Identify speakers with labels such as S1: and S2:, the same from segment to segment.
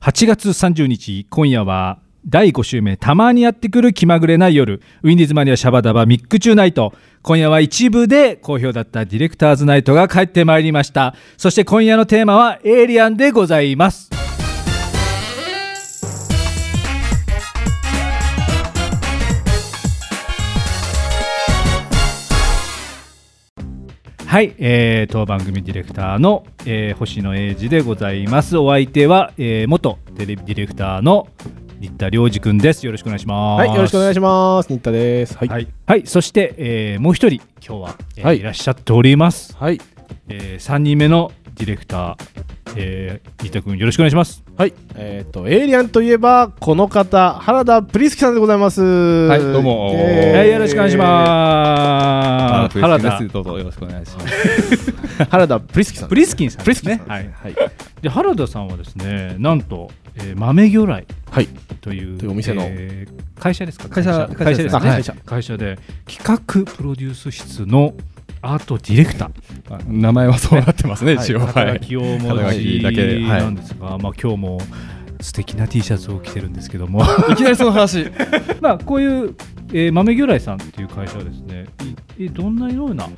S1: 8月30日、今夜は、第5週目、たまにやってくる気まぐれない夜、ウィンディーズマニアシャバダバミックチューナイト。今夜は一部で好評だったディレクターズナイトが帰ってまいりました。そして今夜のテーマは、エイリアンでございます。はい、えー、当番組ディレクターの、えー星野英二でございます。お相手は、えー元テレビディレクターの新田良二くんです。よろしくお願いします。
S2: はい、よろしくお願い
S1: し
S2: します。新田です。はい。
S1: はい、はいそして、えーもう一人今日は、えー
S2: はい
S1: い、らっしゃっております。
S2: はい。
S1: えー、3人目のディレクター、えー、新田くんよろしくお願いします。
S2: はいえっ、と、エイリアンといえば、この方、原田プリスキさんでございます。はい
S3: どうもえー
S1: はい、よろしくお願いしま
S3: あ
S1: す。原田
S3: です。どうぞよろしくお願いします。
S2: す。原田プリスキさん。
S1: プリスキンさん
S2: プ
S1: で
S2: リス
S1: す
S2: キさ
S1: ね
S2: ん。。
S1: はい、
S2: はい。
S1: で原田さんはですね、なんと、えー、豆魚雷
S2: はい。
S1: という
S2: というお店の
S1: えー会社ですか
S3: 会社
S1: 会社ですね
S2: 会社ですね
S1: はい会社で企画プロデュース室のアートディレクター
S3: あ名前はそうなってますね、一応。は
S1: 働
S3: い。
S1: きを持
S3: 肩書
S1: ち
S3: きだけはい
S1: なんですが、まあ今日も素敵な T シャツを着てるんですけども
S3: いきなりその話。
S1: まあこういう、えー、豆魚雷さんっていう会社はですねいえどんなような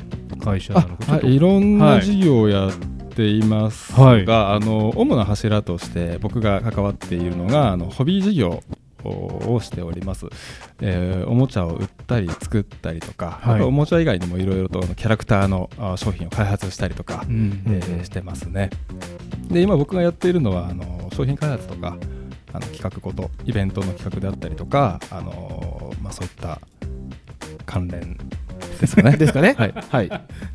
S1: 会社なのかちょっ
S3: は
S1: と
S3: い、いろんな事業をやっていますが、
S1: はい
S3: あの主な柱として僕が関わっているのがあのホビー事業をしております、えーおもちゃを売ったり作ったりとか、
S1: はい
S3: あとおもちゃ以外にもいろいろとあのキャラクターのあ商品を開発したりとか
S1: う、ん
S3: えーしてますね。で今僕がやっているのはあの商品開発とかあの企画ことイベントの企画であったりとかあの、まあ、そういった関連ですかね。
S2: ですかね。
S3: はい
S2: はい。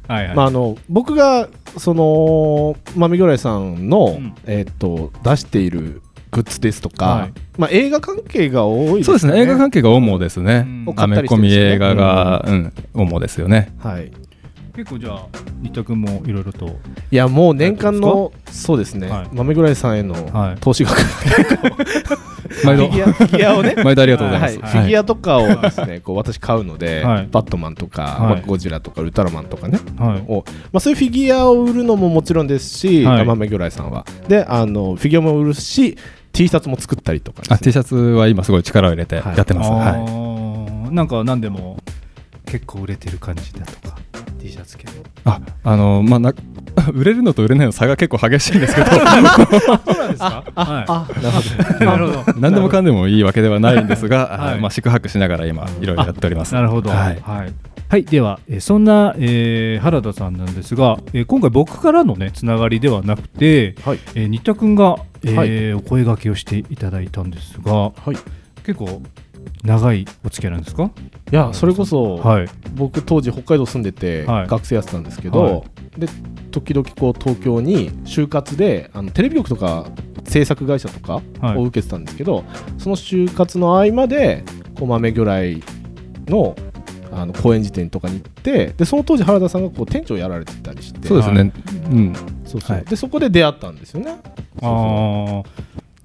S1: はいはい、
S2: まあ、あの、僕が、その、豆魚雷さんの、
S1: うん
S2: えっ、と、出しているグッズですとか、
S1: はい
S2: まあ、映画関係が多いです
S3: そ
S2: ね。
S3: うですね映画関係が主ですね
S1: うん。
S3: アメコミ映画が、うん、主ですよね。
S2: はい。
S1: 結構じゃあ新田君もいろいろと
S2: いや、もう年間の、そうですね、
S1: はい
S2: 豆魚雷さんへの
S1: はい
S2: 投資額、
S3: 毎
S2: フィ
S3: 度
S2: ギュアフィギュアをね、
S3: 毎度ありがとうございま
S2: はい、
S3: す。
S2: フィギュアとかをですね、こう私買うので、
S1: はい
S2: バットマンとか、
S1: はい
S2: まあゴジラとかウルトラマンとかね、
S1: はい
S2: をまあ、そういうフィギュアを売るのももちろんですし、
S1: はい
S2: 甘め魚雷さんは。であの、フィギュアも売るし、T シャツも作ったりとか
S3: あ
S2: ですね
S3: T シャツは今すごい力を入れてやってます。
S1: あ
S3: はい
S1: ーなんか何でも結構売れてる感じだとか T シャツ系
S3: ああのまあな 売れるのと売れないの差が結構激しいんですけど
S1: そうなんですかは
S2: あなるほど
S1: いなるほど
S3: 何でもかんでもいいわけではないんですが、
S1: はい
S3: あのまあ、宿泊しながら今いろいろやっております。
S1: なるほど
S3: は
S1: はいい、はいでは、えーそんな、えー原田さんなんですが、えー今回僕からのねつながり ではなくて、
S2: はい
S1: えー新田君が、えー
S2: は
S1: お声掛けをしていただいたんですが
S2: はい、い
S1: 結構長いお付き合いなんですか
S2: やそれこそ、
S1: はい
S2: 僕当時北海道住んでて、
S1: はい
S2: 学生やってたんですけど、
S1: は
S2: で時々こう東京に就活であのテレビ局とか制作会社とか
S1: はい
S2: を受けてたんですけど、その就活の合間でこう豆魚雷のあの公演辞典とかに行ってでその当時原田さんがこう店長やられてたりして
S3: そうですね、
S1: は
S3: うん、
S2: そうそう
S3: はい
S2: でそこで出会ったんですよね。
S1: ああー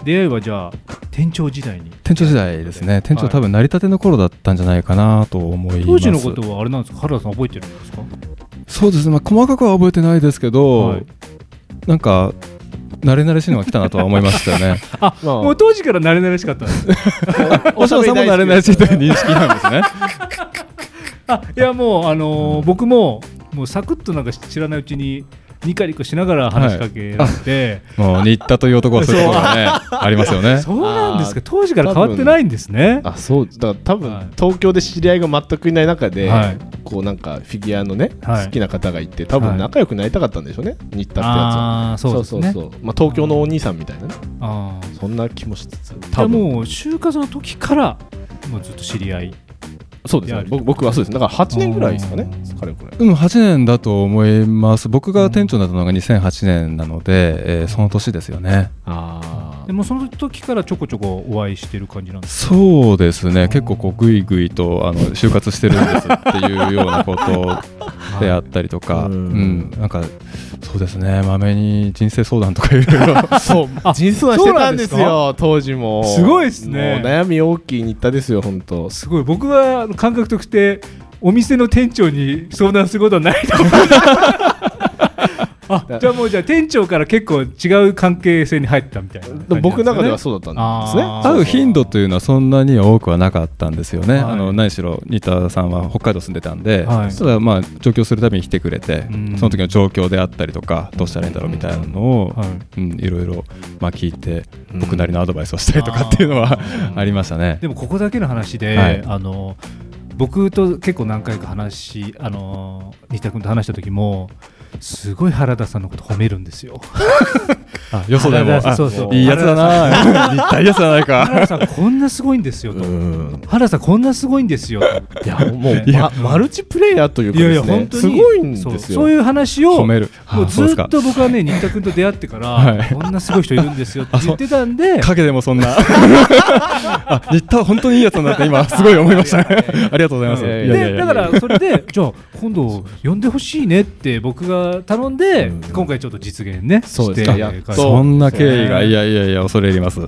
S1: 出会いはじゃあ店長時代に
S3: 店長時代ですね、店長、
S1: はい
S3: 多分成り立ての頃だったんじゃないかなと思います
S1: 当時のことはあれなんですか原田さん覚えてるんですか
S3: そうですね、まあ、細かくは覚えてないですけど、
S1: はい
S3: なんか、慣れ慣れしいのが来たなとは思いましたよ ね。
S1: あ、
S2: まあ
S1: もう当時から慣れ慣れしかったんです。
S3: おしゃさんも慣れ慣れしいという認識な んですね。
S1: あ、いやもうあのー僕ももうサクッとなんか知らないうちにニカリコしながら話しかけられて、
S3: もう、新田という男はそういうところがね、ありますよ ね。
S1: そうなんです
S2: あ
S1: か。
S2: ー
S1: 当時から変わってないんですね。
S2: あそうだから多
S1: はい
S2: 分東京で知り合いが全くいない中で、
S1: はい
S2: こうなんかフィギュアのね、
S1: はい
S2: 好きな方がいて多
S1: は
S2: 分
S1: い
S2: 仲良くなりたかったんでしょうね、新田ってやつは。
S1: ああー、そうですね。
S2: そうそうそうまあ、東京のお兄さんみたいなね
S1: あー
S2: そんな気もしつつ
S1: じゃ
S2: 多
S1: あ
S2: 分
S1: もう就活の時からもうずっと知り合い。
S2: そうです
S1: や
S2: ね
S1: る
S2: 僕僕はそうですだから8年ぐらいですかね
S1: あー
S2: かれこれ
S3: うん、8年だと思います。僕が店長になったのが2008年なので、えーその年ですよね。
S2: あ
S1: でもその時からちょこちょこお会いしてる感じなんです。
S3: そうですね、結構こうぐいぐいとあの就活してるんですっていうようなことであったりとか、
S2: う
S3: うんん、なんかそうですね、まめに人生相談とかいろいろ、
S2: そう
S1: あ
S2: 人相談してたんです
S1: そうな
S2: よ当時も
S1: すごいっすね
S2: もう悩み大きい新田ですよ本当
S1: すごい僕は感覚としてお店の店長に相談することはないと思うあじゃあもうじゃあ店長から結構違う関係性に入ったみたいな感じなんすね、
S2: 僕の中ではそうだったんですね
S1: あー
S3: 会う頻度というのはそんなには多くはなかったんですよね、
S1: はい
S3: あの何しろ新田さんは北海道住んでたんで、
S1: はい
S3: そしたらまあ上京するたびに来てくれて、
S1: うん
S3: その時の状況であったりとかどうしたらいいんだろうみたいなのを、
S1: はい
S3: うんいろいろまあ聞いて
S2: うん
S3: 僕なりのアドバイスをしたりとかっていうのは
S1: あー
S3: ありましたね
S1: で。もここだけの話で、
S3: はい
S1: あの僕と結構何回か話しあの西田君と話した時もすごい原田さんのこと褒めるんですよ。
S3: あよそでも
S1: 原田
S3: あ
S1: そうそう
S3: いいやつだな 立体やつじゃない
S1: 原
S3: か
S1: 田さん こんなすごいんですよと、
S2: うん
S1: 原田さんこんなすごいんですよと
S2: いやもう、
S3: いや
S2: まマルチプレイヤーというか
S1: いやい
S2: で
S1: や
S2: すね
S1: 本当に
S2: すごいんですよ
S1: そうそういう話を
S3: 褒める
S1: もう
S3: あそう
S1: ず
S3: で
S1: っ
S3: すか
S1: と僕はね新田君と出会ってから、
S3: はい
S1: こんなすごい人いるんですよって言ってたん で
S3: 影でもそんな あ新田は本当にいいやつなんだって今すごい思い ましたねありがとうございます、
S2: いやいやいや
S1: でだからそれでじゃあ今度呼んでほしいねって僕が頼んで、
S2: うん
S1: 今回ちょっと実現ね
S2: そうです
S1: して
S2: やっと
S3: そんな経緯が、
S1: そう
S3: いやいやいや、恐れ入ります。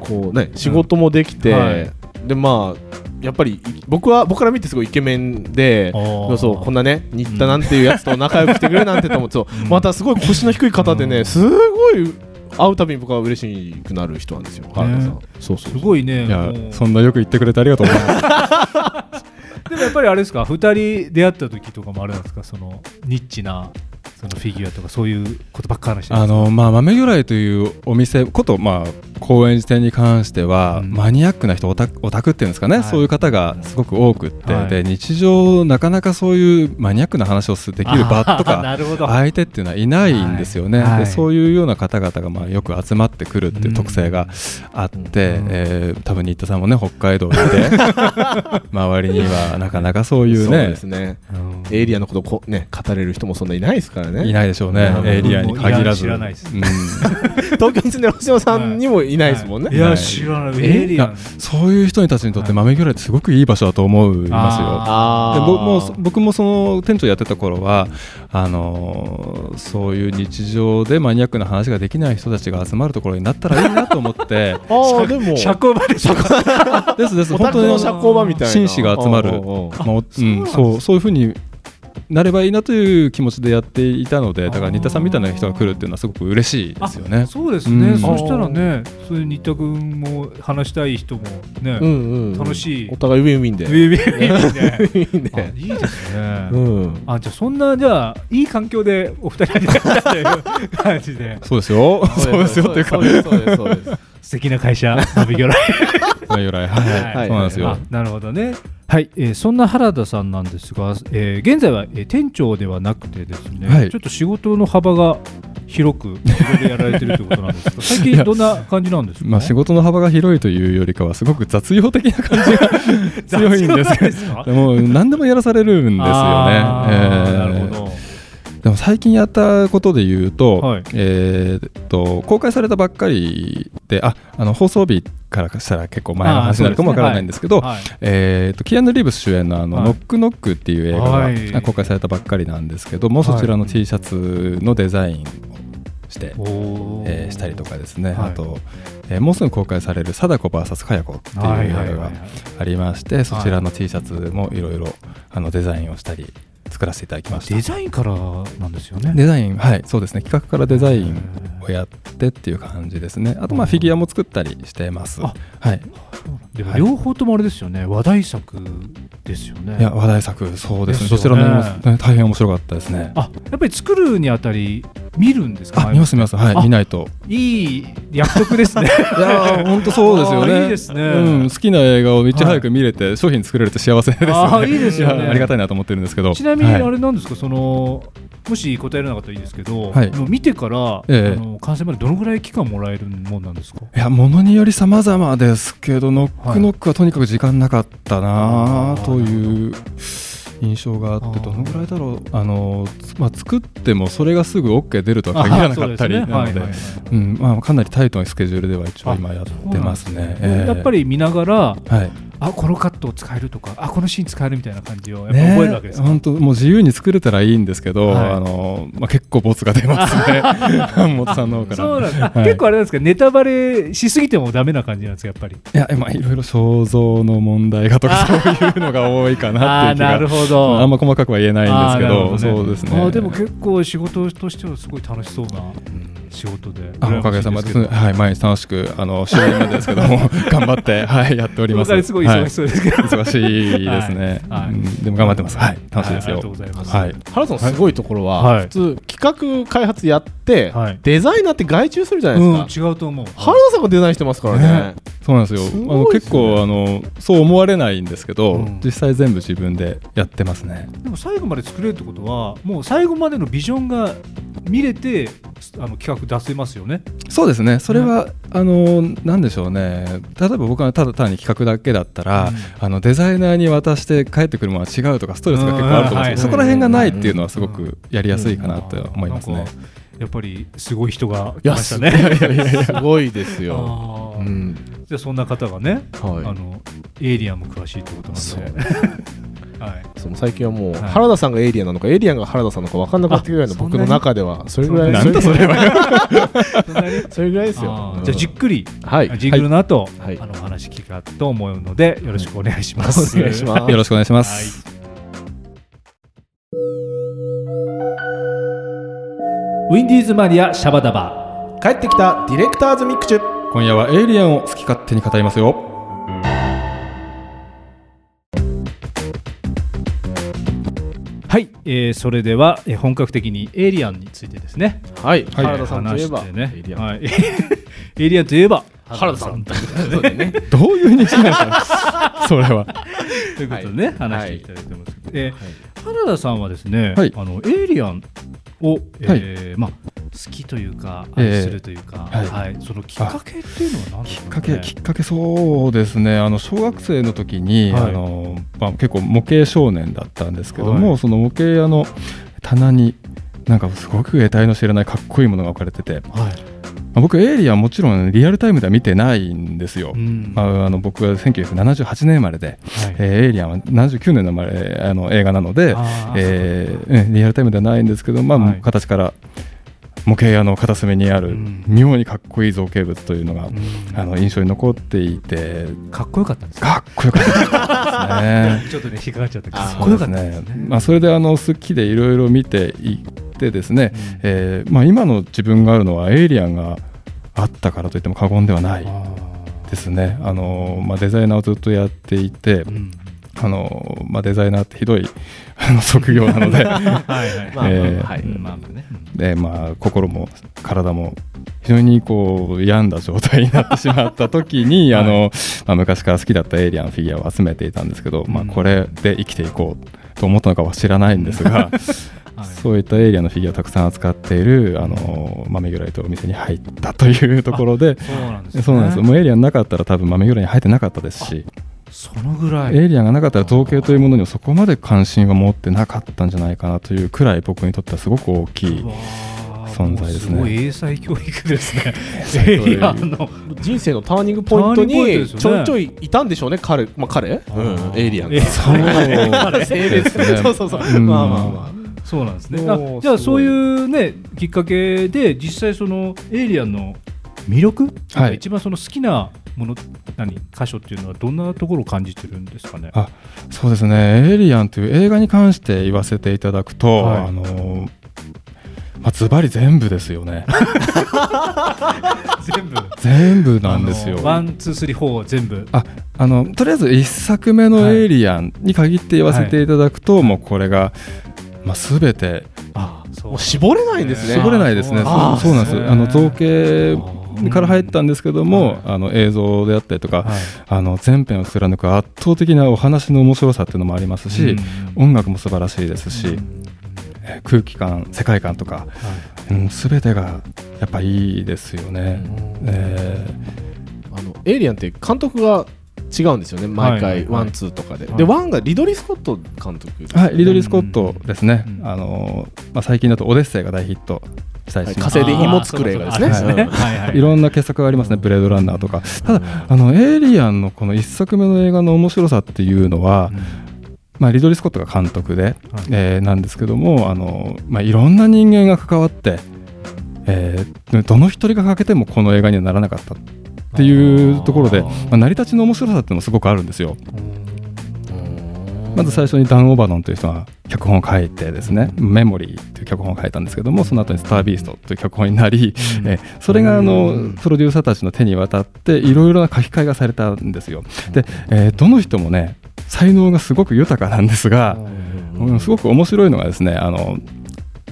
S2: こうね仕事もできて、
S1: はい
S2: でまあやっぱりい僕は僕から見てすごいイケメンで
S1: あー
S2: そうこんなね新田なんていうやつと仲良くしてくれなんてと思って、そうまたすごい腰の低い方でね、
S1: うん
S2: すごい会うたびに僕は嬉しくなる人なんですよ原田さん、
S1: ね
S2: そうそう
S1: すごいね
S3: いや
S1: も、う
S3: そんなよく言ってくれてありがとうございます。
S1: でもやっぱりあれですか2人出会った時とかもあれなんですかそのニッチなそのフィギュアとかそういうことばっか話してる
S3: あ
S1: んですか
S3: の、まあ、豆魚雷というお店こと、まあ、高円寺店に関しては、
S1: うん
S3: マニアックな人、オタク、オタクっていうんですかね、
S1: はい
S3: そういう方がすごく多くって、
S1: はい
S3: で、日常、なかなかそういうマニアックな話をすできる場と
S1: あー
S3: か。
S1: なるほど
S3: 相手っていうのはいないんですよね、
S1: はいはい
S3: でそういうような方々がまあよく集まってくるっていう特性があって、
S1: うん
S3: えー多分新田さんもね北海道にい て周りにはなかなかそういう
S2: そう
S3: ね
S2: ですね
S1: うん
S2: エイリアンのことをこうね語れる人もそんないないですからね
S3: いないでしょうね、
S1: うん
S3: エイリアンに限らず。
S1: いや知らないです
S3: うん
S2: 東京に住んでる星野さんにもいないですもんね、
S1: いや知らない
S3: え
S1: エイリアン
S3: いやそういう人にたちにとって豆魚雷ってすごくいい場所だと思いますよ。
S2: あ
S3: で
S2: ー
S3: ぼもうそ僕もその店長やってた頃はあのーそういう日常でマニアックな話ができない人たちが集まるところになったらいいなと思って
S2: あーでも
S1: 社交場でしょ
S3: ですです
S2: オ
S3: 本
S2: タク
S3: 当
S2: の
S3: に
S2: 社交場みたいな
S3: 紳士が集まる
S2: おうおうおう
S3: まあおうん
S1: そうなん
S3: そうそういうふうになればいいなという気持ちでやっていたのでだから
S1: あー
S3: 新田さんみたいな人が来るっていうのはすごく嬉しいですよね。
S1: そうですね、
S3: うん
S1: そしたらねそういう新田君も話したい人もね、
S2: うんうんうん
S1: 楽しい
S2: お互いウィンウィンで
S1: ウィンウィンウィンで
S2: ウィンウィンで
S1: あいいですね。
S2: うん、
S1: あじゃあそんなじゃあいい環境でお二人に出会ったという感じで
S3: そうですよ。そうですよっていうか。
S2: そうですそうですそうです
S1: 素敵な会 社ナビギョライ
S3: 由来。は
S1: はい
S3: い。そ
S1: う
S3: なんですよ
S1: あ。なるほどねはい、えーそんな原田さんなんですが、えー現在は、えー店長ではなくてですね、
S3: はい
S1: ちょっと仕事の幅が広くいろいろやられてるということなんですが 最近どんな感じなんですか、
S3: まあ仕事の幅が広いというよりかはすごく雑用的な感じが強いんです
S1: 雑用なん
S3: け
S1: ですか
S3: ど、 もう何でもやらされるんですよね。
S1: あー
S3: えー
S1: なるほど
S3: でも最近やったことで言うと、
S1: はい
S3: えーっと公開されたばっかりで、あ、あの放送日からしたら結構前の話になるかもわからないんですけど、
S1: はい
S3: えー、とキアヌ・リーブス主演のあの、
S1: はい
S3: ノックノック」っていう映画
S1: はい
S3: が公開されたばっかりなんですけども、
S1: はい
S3: そちらの T シャツのデザインをして、
S1: おー
S3: えーしたりとかですね、
S1: はい
S3: あと、えーもうすぐ公開される「貞子 VS かや子」っていう映
S1: はいはいはい
S3: 画
S1: は
S3: が
S1: い
S3: ありまして、そちらの T シャツもいろいろあのデザインをしたり作らせていただきました
S1: デザインからなんですよね
S3: デザインはいそうですね企画からデザインをやってっていう感じですねあとまあフィギュアも作ったりしてます、
S1: あ
S3: はい、
S1: でも
S3: はい
S1: 両方ともあれですよね、話題作ですよね。
S3: いや話題作そうですね
S1: で
S3: そ
S1: す
S3: ち
S1: よ
S3: ら
S1: ね
S3: のも大変面白かったですね
S1: あやっぱり作るにあたり、見るんですか、
S3: あ見ます見ますはい
S1: あ
S3: 見ないと
S1: いい約束ですね。
S3: いや本当 そうですよ
S1: あー
S3: ね
S1: いいですね
S3: うん、好きな映画をいち早く見れて、商品作れるって幸せです
S1: あ
S3: よ
S1: ー
S3: ね
S1: いいですよね
S3: やありがたいなと思ってるんですけど
S1: ちなみに
S3: は
S1: あ
S3: い
S1: れなんですか、そのもし答えられなかったらいいですけど、
S3: はい
S1: もう見てから、
S3: ええ
S1: あの完成までどのぐらい期間もらえるもんなんですか。
S3: いやものにより様々ですけどノッ
S1: はい
S3: クノックはとにかく時間なかったな
S1: あー
S3: あという印象があ
S1: あ
S3: って
S1: ー
S3: どのぐらいだろうあの、つまあ、作ってもそれがすぐ OK 出るとは限らなかったり
S1: あ
S3: な
S1: そう
S3: の
S1: ですね
S3: で
S1: はいはい
S3: うんまあかなりタイトなスケジュールでは一応今やってます
S1: そうなん
S3: ね
S1: です。
S3: ええ
S1: やっぱり見ながら、
S3: はい、
S1: あこのカットを使えるとかあこのシーン使えるみたいな感じをやっぱ覚えるわけですよ、
S3: 本当もう自由に作れたらいいんですけど、
S1: はい
S3: あのまあ、結構ボツが出ます ね 本さんの方から
S1: そうなんだ、あ
S3: はい
S1: 結構あれなんですかネタバレしすぎてもダメな感じなんですかやっぱり
S3: いや、まあ、いろいろ想像の問題がとかそういうのが多いかなっていう気が
S1: あーなるほど
S3: まああんま細かくは言えないんですけど
S1: あーなる
S3: そ
S1: ほ
S3: う
S1: ね
S3: ですね
S1: あーでも結構仕事としてはすごい楽しそうな仕事で
S3: あおかげさまで
S1: 羨しい
S3: す、
S1: けど
S3: はい、毎日楽しくあの試合なんですけども頑 張って、はい、やっておりま
S1: お
S3: す
S1: かげすごい忙しそうですけど、
S3: はい忙しいですね、
S1: はいはい
S3: うんでも頑張ってますはい楽しいですよ、
S1: はいありがとうございます
S3: はい
S2: 原田さんすごいところは、
S1: はい
S2: 普通企画開発やって、
S1: はい
S2: デザイナーって外注するじゃないですか、
S1: うん違うと思う
S2: 原田さんがデザインしてますからね
S3: ねそうなんですよ
S2: すごい
S3: あ
S2: で
S3: の
S2: す
S3: 結構あのそう思われないんですけど、
S1: うん
S3: 実際全部自分でやってますね
S1: でも最後まで作れるってことはもう最後までのビジョンが見れてあの企画出せますよね
S3: そうですねそれは、あのなんでしょうね例えば僕はただ単に企画だけだったら、あのデザイナーに渡して帰ってくるものは違うとかストレスが結構あると思うんですけど、
S1: うんはい
S3: そこら辺がないっていうのはすごくやりやすいかなと思いますね。
S1: なんかやっぱりすごい人が
S2: い
S1: 来
S2: や
S1: ましたね
S2: すいやいやいやすごいですよ、
S1: あ
S2: う
S1: ー
S2: ん
S1: じゃあそんな方がね、
S2: はい
S1: あのエイリアンも詳しいってこと
S2: そう
S1: なんで、はい、
S2: その最近はもう
S1: はい
S2: 原田さんがエイリアンなのかエイリアンが原田さんなのか分かんなくなってくるような
S1: あそんな
S2: 僕
S1: に
S2: の中ではそれぐらい
S3: なんだ
S2: そ
S3: そ
S2: れ
S3: れは
S2: それぐらいですよ
S1: あ
S2: う
S1: ー
S2: ん
S1: じゃあじっくり、
S2: はい
S1: ジングルの後、
S2: はい
S1: あのお話聞くと思うのでよろしくお願いします。
S2: お願いします
S3: よろしくお願いします。
S1: ウィンディーズマリアシャバダバ
S2: 帰ってきたディレクターズミックチュ
S3: 今夜はエイリアンを好き勝手に語りますよ。
S1: はい、えーそれでは、えー本格的にエイリアンについてですね
S2: はい
S3: い
S2: 原田さんといえば
S1: 話してね
S2: エイリアン
S1: はい、 エイリアンといえば
S2: 原田さんということでね
S3: どういう認識なんですか それは。
S1: ということでね、
S2: はい
S1: 話していただいてますけど、えー原田さんはですね、
S3: はい
S1: あのエイリアンを、えーまあ、好きというか
S3: えー
S1: 愛するというか、
S3: はい
S1: はいそのきっかけっていうのは何です
S3: きっ
S1: か
S3: か
S1: ね
S3: け、きっかけ、そうですね。あの小学生の時に、
S1: はい
S3: あの、まあ、結構模型少年だったんですけども、
S1: はい
S3: その模型屋の棚に。なんかすごく得体の知らないかっこいいものが置かれてて、ま
S1: はい
S3: あ僕エイリアンもちろんリアルタイムでは見てないんですよ、
S1: うん
S3: まあ、あの僕は1978年生まれで、
S1: はい
S3: えーエイリアンは79年の生まれあの映画なので
S1: あー、
S3: えーうんリアルタイムではないんですけど、まあ
S1: はい
S3: 形から模型屋の片隅にある
S1: うん
S3: 妙にかっこいい造形物というのが、
S1: うん
S3: あの印象に残っていて
S1: かっこよかったんですか。
S3: かっこよかったですね
S1: ちょっとね引っかかっちゃって
S2: あー
S1: かっこよかった
S3: そ う
S1: ですね
S3: まあ、それであの好きでいろいろ見ていってですね、えーまあ、今の自分があるのはエイリアンがあったからといっても過言ではない
S1: あ
S3: ですね。あのまあ、デザイナーをずっとやっていて、
S1: ーうん
S3: あのまあ、デザイナーってひどいあの職業なので、
S1: はいはい
S2: まあまあ
S3: えー
S2: はい
S1: うんまあね
S3: でまあ、心も体も非常にこう病んだ状態になってしまった時に、
S1: はい
S3: あのまあ、昔から好きだったエイリアンフィギュアを集めていたんですけど、まあ、
S1: うん
S3: これで生きていこうと思ったのかは知らないんですが、
S1: はい
S3: そういったエイリアンのフィギュアをたくさん扱っているあの豆魚雷というお店に入ったというところで。
S1: そうなんですね
S3: そうなんですよもうエイリアンなかったら多分豆魚雷に入ってなかったですし、
S1: そのぐらい
S3: エイリアンがなかったら造形というものにもそこまで関心は持ってなかったんじゃないかなというくらい僕にとってはすごく大きい存在ですね
S1: うわーもうすごい英才教育です ね。エイリアンの
S2: 人生のターニングポイント
S1: ターニングポイント
S2: に
S1: ですよね
S2: ちょいちょいいたんでしょうね彼まあ彼うんエイリアンが
S1: そう
S2: 性別
S3: ですね
S2: そうそうそう
S3: うん
S2: まあまあまあ
S1: そうなんですね。
S2: も
S1: あ
S2: う
S1: じゃあ
S2: す
S1: そ
S2: ご
S1: う
S2: い
S1: いうねきっかけで実際そのエイリアンの魅力、
S3: はい
S1: 一番その好きなもの何箇所っていうのはどんなところを感じてるんですかね。
S3: あそうですね「エイリアン」という映画に関して言わせていただくと、
S1: はい
S3: あのーまあ、ズバリ全部です よね
S1: 全部
S3: 全部なんですよ。
S1: ワンツースリーフォー全部。
S3: ああのとりあえず1作目の「エイリアン」に限って言わせていただくと、もうこれが、まあ、全て
S1: あそ
S2: もう絞れないんですね
S3: 絞れないですね、
S2: あー
S3: そうそうなんです
S1: そう
S3: よあの造形から入ったんですけども、あの映像であったりとか、
S1: はい
S3: あの全編を貫く圧倒的なお話の面白さっていうのもありますし、
S1: うん
S3: 音楽も素晴らしいですし、えー空気感世界観とか、うん、全てがやっぱいいですよね。
S2: うん
S3: え
S2: あのエイリアンって監督が違うんですよね
S1: はい
S2: 毎
S1: はい
S2: 回
S1: はい
S2: ワンツーとかで、
S1: はい
S2: でワンがリドリー・スコット監督です
S3: ー
S2: よね
S3: はい、リドリー・スコットですね、
S1: うん
S3: あのーまあ、最近だと「オデッセイ」が大ヒット記載しま
S2: 火星
S3: す、
S2: で
S1: あー
S2: 芋作る映画ですね
S1: そうかそうか
S2: うん
S1: はいはい
S3: いろんな傑作がありますね、ブレードランナーとか、ただ、あのエイリアンのこの1作目の映画の面白さっていうのは、まあ、リドリー・スコットが監督で、えーなんですけどもあの、まあ、いろんな人間が関わって、えーどの一人が欠けてもこの映画にはならなかったっていうところで
S2: あー
S3: まあ、成り立ちの面白さっていうのもすごくあるんですよ。
S2: うん
S3: まず最初にダン・オバノンという人が脚本を書いてですね「メモリー」という脚本を書いたんですけどもその後に「スター・ビースト」という脚本になり、
S1: うん
S3: えそれがあ
S2: う
S3: の
S2: ん
S3: プロデューサーたちの手に渡っていろいろな書き換えがされたんですよ。で、えーどの人もね才能がすごく豊かなんですが、うんすごく面白いのがですねあの、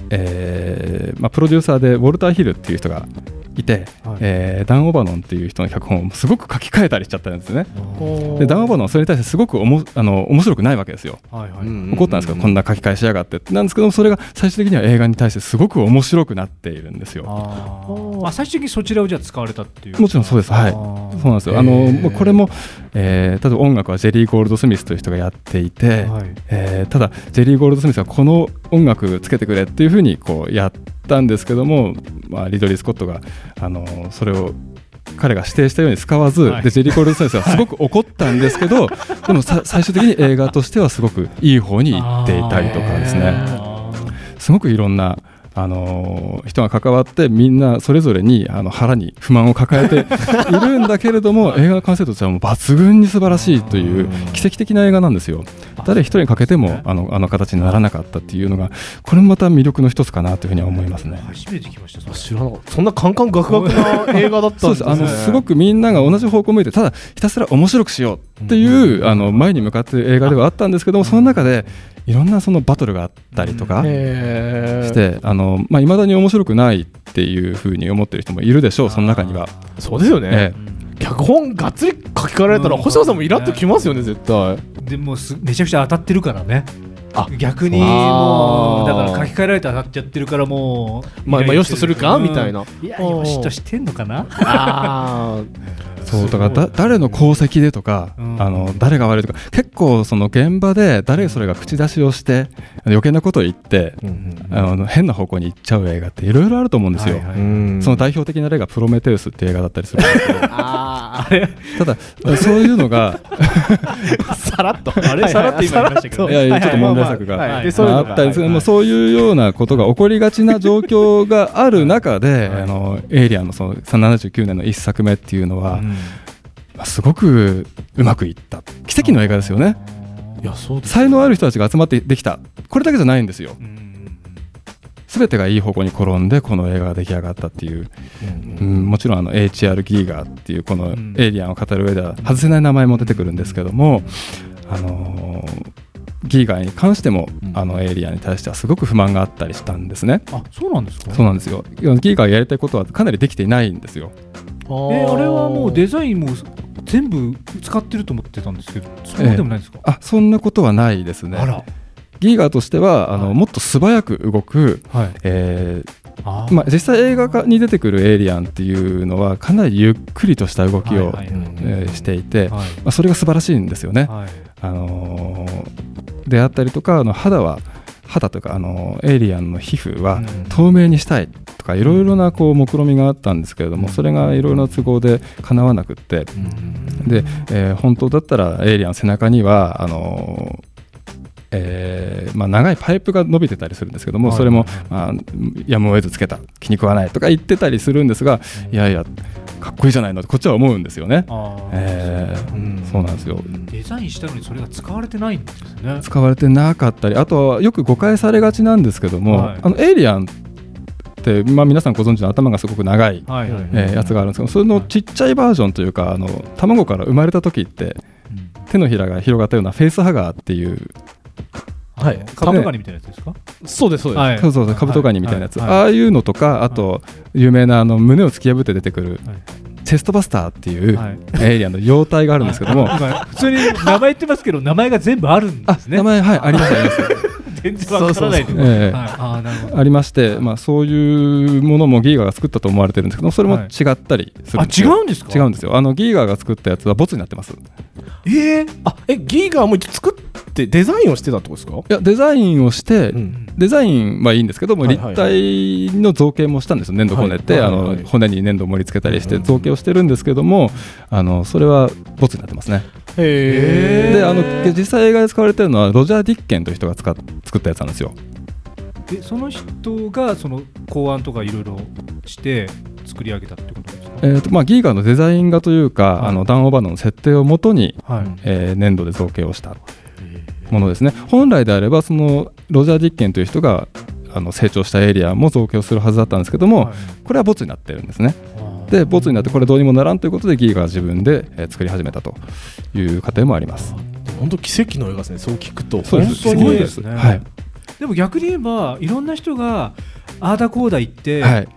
S3: えーまあ、プロデューサーでウォルター・ヒルっていう人がいて、
S1: はい
S3: えーダン・オバノンっていう人の脚本をすごく書き換えたりしちゃったんですね。で
S2: で
S3: ダン・オバノンはそれに対してすごくおもあの面白くないわけですよ。
S1: はいはい
S3: 怒ったんですけど、こんな書き換えしやがってなんですけどもそれが最終的には映画に対してすごく面白くなっているんですよ。
S1: あ
S2: ー
S1: ーあ最終的にそちらをじゃあ使われたっていう
S3: もちろんそうですはい
S1: あー
S3: そうなんですよあのもうこれも、えー、例えば音楽はジェリー・ゴールドスミスという人がやっていて、
S1: はい
S3: えーただジェリー・ゴールドスミスはこの音楽つけてくれっていうふうにこうやったんですけども、まあ、リドリー・スコットがあのそれを彼が指定したように使わず、
S1: はい
S3: でジェリー・ゴールドスミスはすごく怒ったんですけ ど、でもさ最終的に映画としてはすごくいい方に行っていたりとかですね。
S1: あー
S3: すごくいろんな、あのー人が関わってみんなそれぞれにあの腹に不満を抱え ているんだけれども映画の完成度としてはもう抜群に素晴らしいという奇跡的な映画なんですよ誰一人にかけてもあのあの形にならなかったっていうのがこれもまた魅力の一つかなというふうには思いますね。
S1: 初めて聞きましたそれ
S2: 知らなかったそんなカンカンガクガクな映画だった
S3: そ
S2: ん
S3: う
S2: で
S3: ですす
S2: ね
S3: あのすごくみんなが同じ方向を向いてただひたすら面白くしようっていうあの前に向かっている映画ではあったんですけどもその中でいろんなそのバトルがあったりとか、
S2: へー
S3: して、あのまあ、未だに面白くないっていうふうに思ってる人もいるでしょう、その中には。
S2: そうですよね
S3: え
S2: 脚本がっつり書き換えられたら
S1: うん
S2: 星野さんもイラッときますよね絶対
S1: でもすめちゃくちゃ当たってるからね
S2: あ
S1: 逆に
S2: あ
S1: もう
S2: ー
S1: だから書き換えられて当たっちゃってるからもう
S2: まあ
S1: イライ
S2: まあ
S1: ラ
S2: よしとするか
S1: うん
S2: みたいない
S1: や
S2: あー
S1: よしとしてんのかな
S2: あ
S3: えそうだからだ誰の功績でとか、
S1: うん
S3: あの誰が悪いとか結構その現場で誰それが口出しをして余計なことを言って、あの変な方向に行っちゃう映画っていろいろあると思うんですよ、
S1: はいはい
S2: ー
S3: その代表的な例が「プロメテウス」っていう映画だったりするんですけど
S2: あー
S3: ただそういうのが
S1: さらっとあれ
S2: はい
S1: さらっと今言いましたけど
S3: いやいやちょっと問題作が
S2: はいはいはいで
S1: そ
S2: そうう
S1: いう
S2: い
S1: の
S2: うの
S3: あ
S1: が
S3: ったんですけど、
S1: はい
S3: まあそういうようなことが起こりがちな状況がある中で、あのエイリアンのその79年の1作目っていうのは、
S1: うん
S3: まあすごくうまくいった奇跡の映画ですよね
S2: いやそうです
S3: 才能ある人たちが集まってできたこれだけじゃないんですよ
S1: うん
S3: 全てがいい方向に転んでこの映画が出来上がったっていう、うんもちろんあの HR ギーガーっていうこの
S1: ん
S3: エイリアンを語る上では外せない名前も出てくるんですけども、あのーギーガーに関してもあのエイリアンに対してはすごく不満があったりしたんですね。
S1: あそうなんですか
S3: そうなんですよ。ギーガーがやりたいことはかなりできていないんですよ。
S1: えあれはもうデ
S2: す
S1: ザインも全部使ってると思ってたんですけどそうでもないんですか、
S3: あそんなことはないですね。
S1: あら
S3: ギーガーとしてはあの、
S1: はい
S3: もっと素早く動く、
S1: はい
S3: えー
S1: あ
S3: まあ、実際映画化に出てくるエイリアンっていうのはかなりゆっくりとした動きを、
S1: はいはいはい
S3: えーしていて、ま
S1: はい
S3: あ、それが素晴らしいんですよね。
S1: はい
S3: あのーであったりとかあの肌は肌というか、あのーエイリアンの皮膚は
S1: うん
S3: 透明にしたいとかいろいろなこう目論みがあったんですけれどもそれがいろいろな都合で叶わなくってで、えー本当だったらエイリアン背中にはあのーえーまあ、長いパイプが伸びてたりするんですけども、
S1: はい
S3: それも、まあ、やむを得ずつけた気に食わないとか言ってたりするんですが、いやいやかっこいいじゃないのってこっちは思うんですよね。
S1: あー
S3: えーそうなんですよ
S1: デザインしたのにそれが使われてないんですね
S3: 使われてなかったりあとはよく誤解されがちなんですけども、
S1: はい
S3: あのエイリアンって、まあ、皆さんご存知の頭がすごく長い、
S1: はいはい、
S3: えーやつがあるんですけどそれのちっちゃいバージョンというかあの卵から生まれた時って
S1: うん
S3: 手のひらが広がったようなフェイスハガーっていう
S2: はい
S1: あの株ガニみたいなやつですか、
S2: そうですそうです
S1: は
S3: そうそうそうカブトガニみたいなやつ、
S1: はいはい
S3: ああいうのとかあと有名なあの胸を突き破って出てくる
S1: はい
S3: チェストバスターっていう
S1: はい
S3: エイリアンの妖体があるんです けども、
S1: 今普通に名前言ってますけど名前が全部あるんで
S3: あ
S1: すね
S3: 名前はいありますあります
S1: 全然わからない
S2: そうそうそ
S1: は
S2: う
S1: い
S3: ええ
S1: あーなるほど
S3: ありまして、まあ、そういうものもギーガが作ったと思われてるんですけどそれも違ったりする
S1: あ
S3: んです
S1: 違
S3: よ、
S1: うんですか
S3: 違うんですよあのギーガが作ったやつはボツになってます
S1: ええ
S2: あえギーガーも一応作っってデザインをしてたってことですか、
S3: いやデザインをして、
S2: うん
S3: デザインはいいんですけども、
S2: はいはい
S3: 立体の造形もしたんですよ粘土こね
S2: は
S3: て、
S2: い
S3: あ
S2: はい
S3: の
S2: はい
S3: 骨に粘土を盛り付けたりして
S2: うん
S3: 造形をしてるんですけども、あのそれはボツになってますね、
S2: へ
S3: であの実際映画で使われてるのはロジャー・ディッケンという人が使っ作ったやつなんですよ
S1: でその人がその考案とかいろいろして作り上げたってことですか
S3: えーとまあ、ギーガーのデザイン画というか、
S1: はい
S3: あのダン・オーバーノの設定をもとに、
S1: はい
S3: えー粘土で造形をしたものですね本来であればそのロジャー・ディッケンという人があの成長したエリアも造形をするはずだったんですけども、
S1: はい
S3: これはボツになってるんですね
S1: あー
S3: でボツになってこれどうにもならんということでギーガー自分でえー作り始めたという過程もあります
S2: 本当奇跡の映画ですねそう聞くと
S3: そうです
S1: 本当に
S2: 本当
S1: すごい
S2: に
S1: ですね
S3: はい、
S1: でも逆に言えばいろんな人がああだこうだ言って、
S3: はい、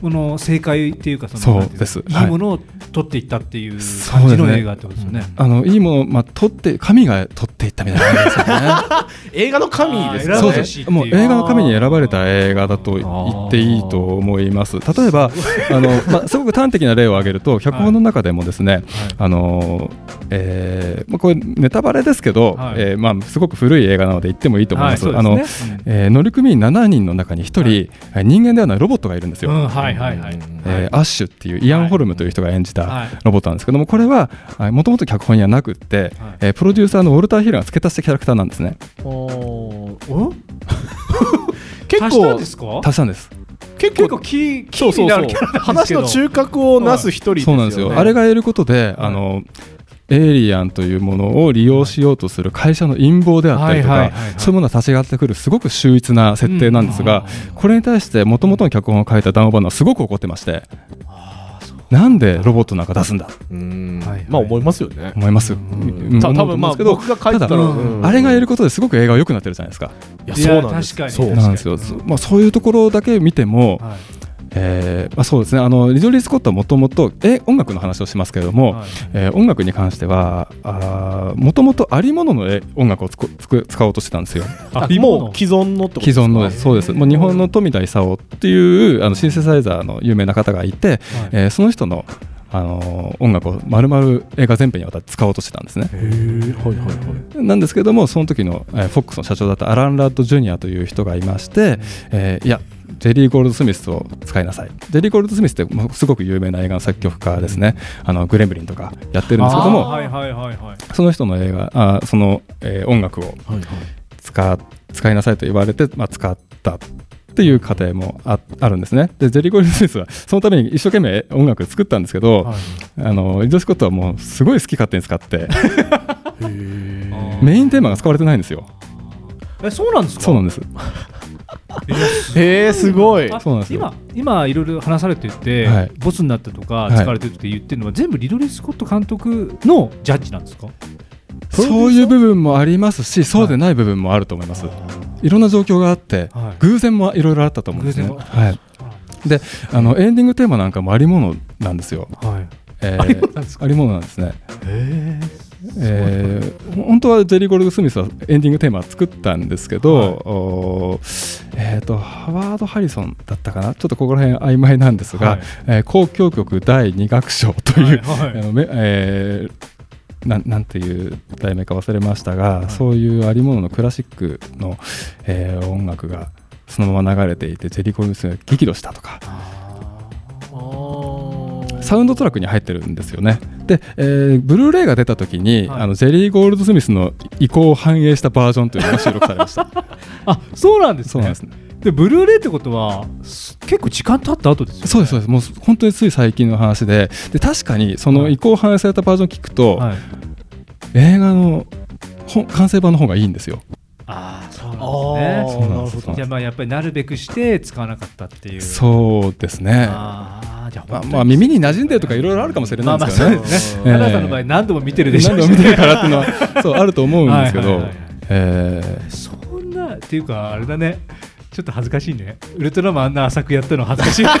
S1: この正解っていうかその
S3: そう
S1: なんていの
S3: です
S1: いいものを取っていったっていう
S3: そう
S1: 感
S3: です
S1: じ
S3: ね
S1: の映画ってことですよね。
S3: あのいいもの、まあ、取って神が取っていったみたい な感
S2: 映画の神です
S3: じ
S2: ね
S1: あー選ば
S3: ですねそう
S1: れ
S3: で
S1: し
S3: す
S1: っていう
S3: もう映画の神に選ばれた映画だと言っていいと思います例えばあの、まあ、すごく端的な例を挙げると脚本の中でもですね、あのえーまあ、これネタバレですけど、
S1: はい
S3: えーまあ、すごく古い映画なので言ってもいいと思い
S1: は
S3: ま
S1: い、
S3: す。
S1: そうで
S3: あの
S1: すね。
S3: えー乗組員7人の中に1人、えー人間ではないロボットがいるんです
S1: う
S3: よ、
S1: ん、うんはいはいはい。
S3: えーアッシュっていうイアン・ホルムという人が演じ
S1: は
S3: た
S1: い
S3: ロボットなんですけどもこれはもともと脚本にはなくって、
S1: はい
S3: えープロデューサーのウォルター・ヒルが付け足したキャラクターなんですね
S2: おー
S1: お
S2: 結
S1: 足したん
S2: 構
S1: ですか？
S3: 足したんです
S2: 結
S1: 結構
S2: 構
S1: 気気
S2: そうそ
S1: に
S2: う
S1: な
S2: そ
S1: る
S2: う
S1: キャラなんです
S2: 話
S1: けど。
S2: の中核をなす一人です
S3: そ
S2: よ
S3: う
S2: ね
S3: なんですよあれ
S2: が
S3: がいることで、あのエイリアンというものを利用しようとする会社の陰謀であったりとか、
S1: はいはいはいはい
S3: そういうものが立ち上がってくるすごく秀逸な設定なんですが、これに対してもともとの脚本を書いたダン・オバーナはすごく怒ってましてなんでロボットなんか出すんだと
S2: うん
S1: はいはい
S2: まあ思いますよね
S3: 思いますよ。うん
S2: た
S3: 思う
S2: 多
S3: と思
S2: 分
S3: うん
S2: まあ
S3: ですけど
S2: 僕が書いてた
S3: た
S2: ら
S3: だ
S2: うん
S3: あれがやることですごく映画は良くなってるじゃないですか。
S2: いや
S1: い
S2: そう
S1: や
S2: なんです
S1: 確かに
S2: そう
S1: 確か
S3: なんですよ。そうまあそういうところだけ見ても、
S1: はい
S3: えーまあそうですね。あのリドリー・スコットはもともとえ音楽の話をしますけれども、
S1: はい
S3: えー音楽に関してはもともとありもののえ音楽をつくつく使おうとしてたん ですよ。
S2: あ
S1: リボン
S2: もう既存のってことで
S3: 既
S2: すか
S3: 存のですそうです。もう日本の富田勲っていうあのシンセサイザーの有名な方がいて、えーその人のあのー音楽を丸々映画全編にわたって使おうとしてたんですね。
S2: へえはいはいはい
S3: なんですけどもその時の、えーフォックスの社長だったアラン・ラッド・ジュニアという人がいまして、えーいやジェリー・ゴールド・スミスを使いなさいジェリー・ゴールド・スミスってもうすごく有名な映画の作曲家ですねあのグレムリンとかやってるんですけど
S1: あー
S3: も
S1: はいはいはいはい。
S3: その人の映画あーその、えー音楽を
S2: はいはい
S3: 使使いなさいと言われて、まあ、使ったっていう過程もああるんですねでジェリー・ゴールド・スミスはそのために一生懸命音楽作ったんですけど、
S1: はい
S3: あのジョシコットはもうすごい好き勝手に使って
S1: あー
S3: メインテーマが使われてないんですよ
S1: えそうなんですか？
S3: そうなんです
S2: へえすごい
S1: あ
S3: そうなんですよ
S1: 今今いろいろ話されてて、
S3: はい
S1: ボスになったとか
S3: はい
S1: 疲れてるって言ってるのは、全部リドリー・スコット監督のジャッジなんですか
S3: そういう部分もありますし、そうでない部分もあると思います。いろんな状況があって、
S1: はい
S3: 偶然もいろいろあったと思うんですね。
S1: 偶然も
S3: はい。で、あのエンディングテーマなんかもありものなんですよ。
S1: はい
S3: えー、ありものなんですね。えー本当はジェリー・ゴールド・スミスはエンディングテーマ作ったんですけど、
S1: はい
S3: おーえー、とハワード・ハリソンだったかなちょっとここら辺曖昧なんですが、
S1: はい
S3: えー交響曲第2楽章という、
S1: はいはい
S3: あのめえーなんなんていう題名か忘れましたが、そういうありもののクラシックの、えー音楽がそのまま流れていてジェリー・ゴールド・スミスが激怒したとかサウンドトラックに入ってるんですよね。で、えーブルーレイが出た時に、
S1: はい
S3: あのジェリー・ゴールド・スミスの意向を反映したバージョンというのが収録され ました。
S1: あそうなんです
S3: そう
S1: ね
S3: なんですね。
S1: でブルーレイってことはす結構時間経った後ですよね
S3: そうですそうです。もう本当につい最近の話で、で確かにその意向を反映されたバージョンを聞くと、
S1: はい、
S3: 映画の本完成版の方がいいんですよ。
S1: ああそう
S2: あー
S1: なんです
S3: そうなん
S2: な
S3: で
S2: る
S3: す
S2: ほど
S1: ねじゃあまあやっぱりなるべくして使わなかったっていうう
S3: そうですね。
S1: ああじゃあ
S3: まあ、
S1: 本当に
S3: まあ耳に馴染んでるとかいろいろあるかもしれないんですけどね。
S1: まあまあそうですね
S3: ええ
S1: 高橋さんの場合何度も見てるでしょ
S3: 何
S1: うし
S3: 度見てるからっていう のはそうあると思うんですけ
S1: はい
S3: ど
S1: はいはいはい。
S3: えー
S1: そんなっていうかあれだねちょっと恥ずかしいねウルトラマンあんな浅くやったの恥ずかしい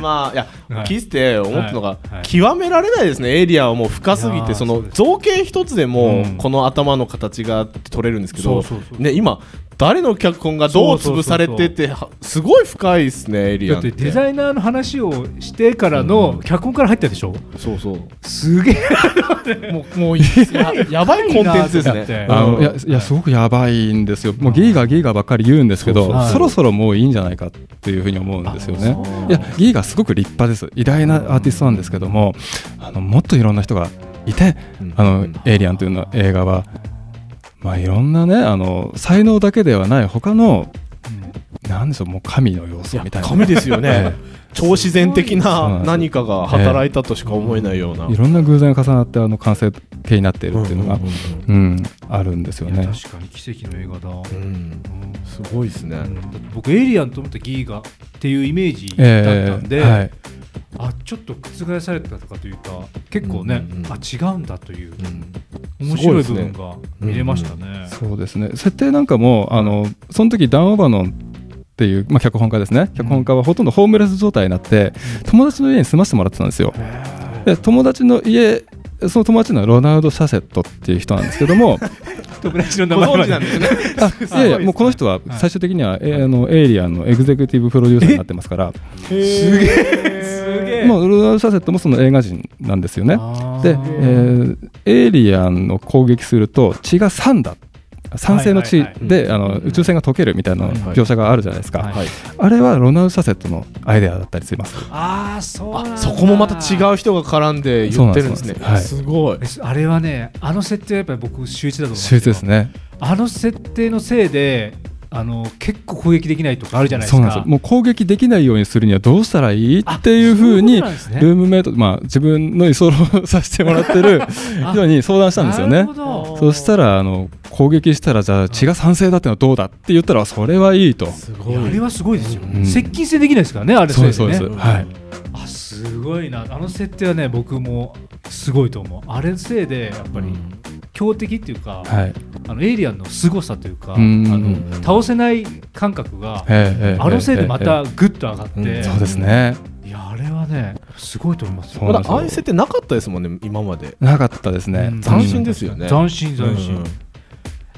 S2: まあいや
S1: はい
S2: 聞いてて思ったのが
S1: はいはい
S2: 極められないですねエイリアンはもう深すぎ
S1: いやー
S2: てそ
S1: そう
S2: の
S1: です
S2: 造形一つでも
S3: うん
S2: この頭の形が取れるんですけ
S1: そう
S2: ど
S1: そうそう
S2: ね今誰の脚本がどう潰されててはすごい深いですねエイリ
S1: だ
S2: アン
S1: っ
S2: って
S1: てデザイナーの話をしてから
S2: う
S1: の
S2: ん
S1: 脚本から入ったでしょ
S2: そうそう
S1: すげえ
S2: もう もういいややばいコンテンツで
S1: 深
S2: す
S1: い
S2: ね
S1: な
S3: あのいや
S2: うん
S3: いやすごくやばいんですよ、もうゲイがゲイがばっかり言うんですけ
S2: そう
S3: ど
S1: そうそう、
S3: そろそろもういいんじゃないかっていうふうに思うんですよね
S2: あそう。
S3: いや、ゲイがすごく立派です、偉大なアーティストなんですけども、あのもっといろんな人がいて、
S2: うん
S3: あのエイリアンというの映画は、まあ、いろんなねあの、才能だけではない、他の、なんでしょう、もう神の要素みたいな、
S2: 神ですよね超自然的
S3: そうなん
S2: な
S3: です
S2: 何かが働いたとしか思えないような。
S3: いろんな偶然が重なって、あの完成形になっているっていうのが
S2: うん、
S3: うん、あるんです
S1: い
S3: よ
S1: や
S3: ね。
S1: 確かに奇跡の映画だ、
S2: うんうんうんすごいですね。
S1: だって僕エイリアンと思ったらギーガっていうイメージだ
S3: え
S1: ったんで、
S3: えはい
S1: あちょっと覆されたとかというか結構ね、
S2: うんうん
S1: あ違うんだという
S2: うん
S1: 面白い部分が見れましたね。
S3: そうですね設定なんかもあのその時ダン・オバノンっていう、まあ、脚本家ですね脚本家はほとんどホームレス状態になって友達の家に住ませてもらってたんですよで友達の家その友達のロナウド・シャセットっていう人なんですけど も
S1: ブラジル
S2: ご存知なんですね。
S3: あいやい
S2: すごいです
S3: や
S2: ね
S3: もうこの人は最終的には、えーあのエイリアンのエグゼクティブプロデューサーになってますから
S2: すげえ。
S3: もうロナウド・シャセットもその映画人なんですよねで、えーエイリアンを攻撃すると血が3だ酸性の血
S1: はいはい
S2: はい
S3: であの宇宙船が溶けるみたいな
S2: はいはい
S3: 描写があるじゃないですか、
S1: はい
S2: はい。
S3: あれはロナウド・シャセットのアイデアだったりします
S1: あーそうなんだ
S2: そこもまた違う人が絡んで言ってるんですね
S3: そうなん。です
S2: すごい。
S1: えあれはねあの設定はやっぱり僕秀逸だと思うんです
S3: 秀
S1: よ
S3: 逸ですね
S1: あの設定のせいであの結構攻撃できないとかあるじゃないで
S3: そ
S1: す
S3: う
S1: か
S3: なんですよもう攻撃できないようにするにはどうしたらいい
S1: あ
S3: っていうふう
S1: そ
S3: に
S1: うなんですね
S3: ルームメイト、まあ、自分の居候させてもらっ てる人に相談したんですよ
S1: な
S3: ね
S1: るほど
S3: そしたらあの攻撃したらじゃあ血が酸性だってのはどうだって言ったらそれはいいと
S2: す
S1: い
S2: ご
S1: やあれ
S2: い。
S1: はすごいですよ、
S3: うん
S1: 接近性できないですからねあれ
S3: そうです
S1: せい
S3: そうで
S1: ね
S3: す、はい
S1: あすごいなあの設定はね僕もすごいと思うあれのせいでやっぱり強敵っていうか、
S3: はい
S1: あのエイリアンの凄さというか、
S3: うん
S1: あ
S3: うん
S1: の倒せない感覚が、
S3: ええええ
S1: あのせいでま
S3: え
S1: たぐっと上がって、
S2: ええええうん
S3: そうですね
S1: いやあれはねすごいと思います
S3: そう
S1: よ
S2: ま
S3: な
S2: だ
S3: んですよ
S2: ああいう設定なかったですもんね今まで。
S3: なかったですね
S1: うん
S2: 斬新ですよね。
S1: 斬新斬
S2: う
S1: 新
S2: ん、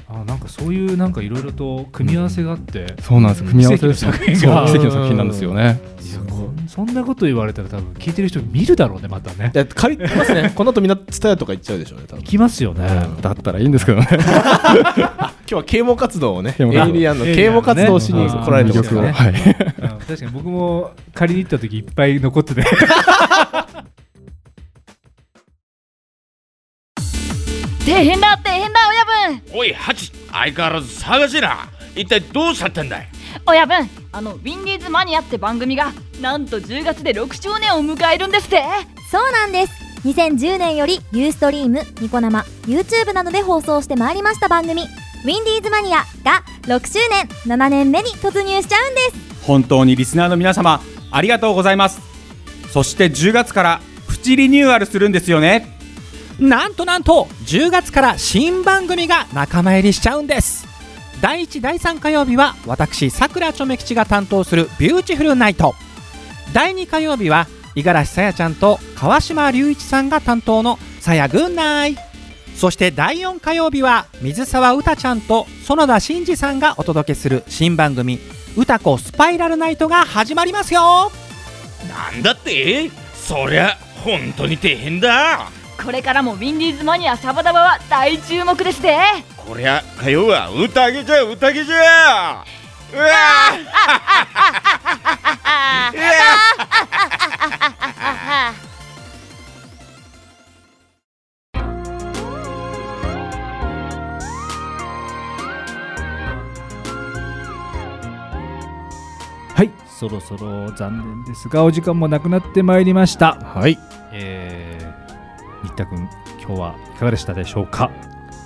S1: あなんかそういうなんかいろいろと組み合わせがあって、
S3: そうなんです組み合わせですよ
S1: 奇跡の作品が
S3: そう奇跡の作品なんですよね
S1: いやこんそんなこと言われたら多分聞いてる人見るだろうねまたね
S2: いや借りてますね。 この後みんなツタヤとか行っちゃうでしょうね。多分
S1: 行きますよね、
S3: だったらいいんです けどね
S2: 今日は啓蒙活動をね、
S3: 啓蒙活動
S2: エイリアンの啓蒙活動をしに来られてますから
S1: ね
S2: ね。
S3: はい
S1: うん確かに僕も借りに行った時いっぱい残ってて
S4: 大変だ大変だ親分
S5: おいハチ相変わらず騒がしいな一体どうしちゃったんだい
S4: 親分あのウィンディーズマニアって番組がなんと10月で6周年を迎えるんですって
S6: そうなんです2010年よりユーストリーム、ニコ生、YouTube などで放送してまいりました番組「ウィンディーズマニア」が6周年7年目に突入しちゃうんです
S7: 本当にリスナーの皆様ありがとうございますそして10月からプチリニューアルするんですよね
S8: なんとなんと10月から新番組が仲間入りしちゃうんです第1第3火曜日は私さくらちょめ吉が担当する「ビューティフルナイト」第2火曜日は五十嵐さやちゃんと川島隆一さんが担当の「さやぐんない」そして第4火曜日は水沢うたちゃんと園田真二さんがお届けする新番組「うたこスパイラルナイト」が始まりますよ
S5: なんだってそりゃ本当に大変だ
S4: これからもウィンディーズマニアシャバダバは大注目ですって
S5: こりゃ火曜は宴じゃ宴じゃうわあ
S1: はい そろそろ残念ですがお時間もなくなってまいりました
S2: はい。
S1: えー、新田君今日はいかがでしたでしょうか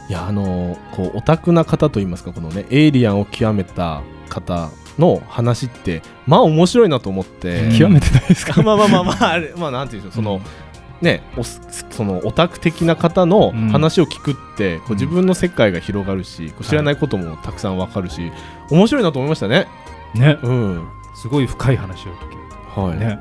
S2: いやあのこうオタクな方といいますかこのねエイリアンを極めた方の話ってまあ面白いなと思って、
S3: 極めてないです か
S2: まあまあまあまああれまあなんていうんでしょうその、ねおすそのオタク的な方の
S1: うん
S2: 話を聞くって、こう自分の世界が広がるしこう知らないこともたくさんわかるし、面白いなと思いましたね
S1: ね
S2: うん
S1: すごい深い話を聞け
S2: は
S1: る
S2: い、
S1: ね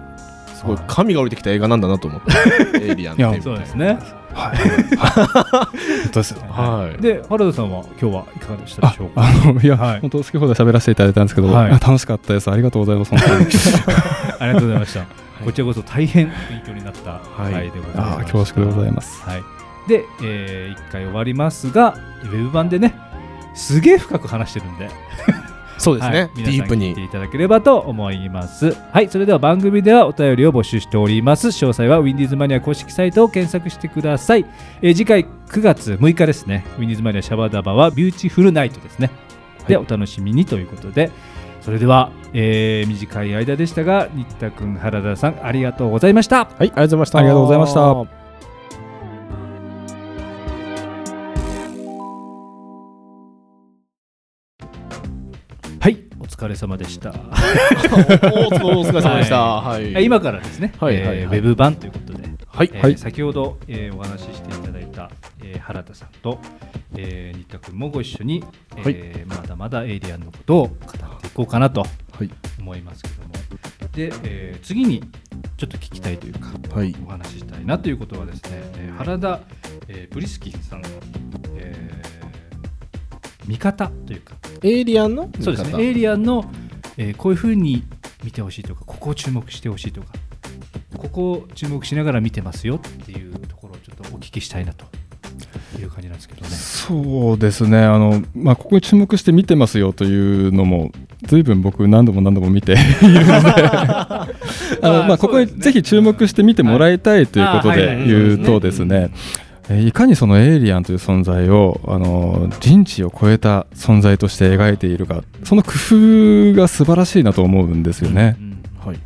S2: すごい神が降りてきた映画なんだなと思ってエイリアンっていう
S3: いや
S1: そうですね
S3: はいはい本当ですよね
S2: はい
S1: で原田さんは今日はいかがでしたで
S3: あ
S1: しょうか
S3: あのいや、
S1: はい
S3: 本当好き放題喋らせていただいたんですけど、
S1: はい
S3: あ楽しかったですありがとうございます本当に
S1: ありがとうございました。こちらこそ大変勉強になった
S2: い
S1: 回でござい
S3: あ
S1: ま
S3: ー
S1: す。
S3: 恐縮でございます
S1: はい。で、えー一回終わりますが、ウェブ版でね、すげえ深く話してるんで、
S2: そうですね、
S1: はい
S2: ディープ
S1: 皆さん聞いて
S2: に
S1: いただければと思います。はい、それでは番組ではお便りを募集しております。詳細は Windies マニア公式サイトを検索してください。えー次回9月6日ですね、Windies マニアシャバダバはビューティフルナイトですね。で、お楽しみにということで、それでは、えー短い間でしたが、新田君、原田さん、ありがとうございました。
S2: はいありがとうございました
S3: ありがとうございました
S1: はい、お疲れ様で した。
S2: お疲れお疲れ様でした。はい。
S1: 今からですね、
S2: はいはい
S1: えーウ
S2: はい
S1: ェブ版ということで、
S2: はい
S1: えー
S3: はい
S1: 先ほど、えーお話ししていただいた、えー原田さんと、えー新田君もご一緒に、えーまだまだエイリアンのことを語っていこうかなと
S2: はい
S1: 思いますけども、で、えー次にちょっと聞きたいというか
S2: はい
S1: お話ししたいなということはですね、えー原田、えーブリスキンさんの、えー見方というか
S2: エイリアンの
S1: そうですね、エイリアンの、えーこういうふうに見てほしいとか、ここを注目してほしいとか、ここを注目しながら見てますよっていうところをちょっとお聞きしたいなという感じなんですけどね。
S3: そうですねあの、まあ、ここに注目して見てますよというのも随分僕何度も何度も見ている のであの、まあ、ここにぜひ注目して見てもらいたいということ
S1: はいあ
S3: で
S1: はい
S3: 言うとですねえーいかにそのエイリアンという存在をあの人知を超えた存在として描いているかその工夫が素晴らしいなと思うんですよね。
S1: うん
S2: はい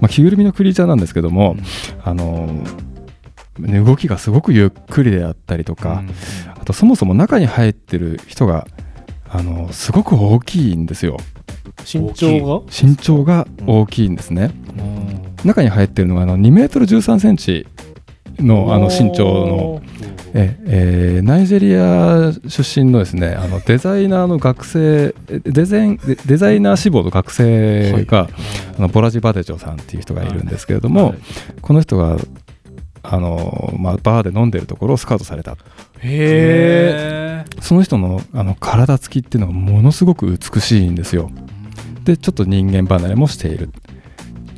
S3: まあ、着ぐるみのクリーチャーなんですけども、
S1: うん
S3: あのね動きがすごくゆっくりであったりとか、
S1: うん
S3: あとそもそも中に入ってる人があのすごく大きいんですよ
S2: 身長が
S3: 身長が大きいんですね、中に入ってるのがあの2メートル1 3ンチのあの身長のええーナイジェリア出身のですねあのデザイナーの学生えデザインデデザイナー志望の学生が、あのボラジ・バデジョさんっていう人がいるんですけれども、
S1: はい
S3: この人があの、まあ、バーで飲んでるところをスカウトされた
S2: へえ
S3: その人のあの体つきっていうのがものすごく美しいんですよ。でちょっと人間離れもしている、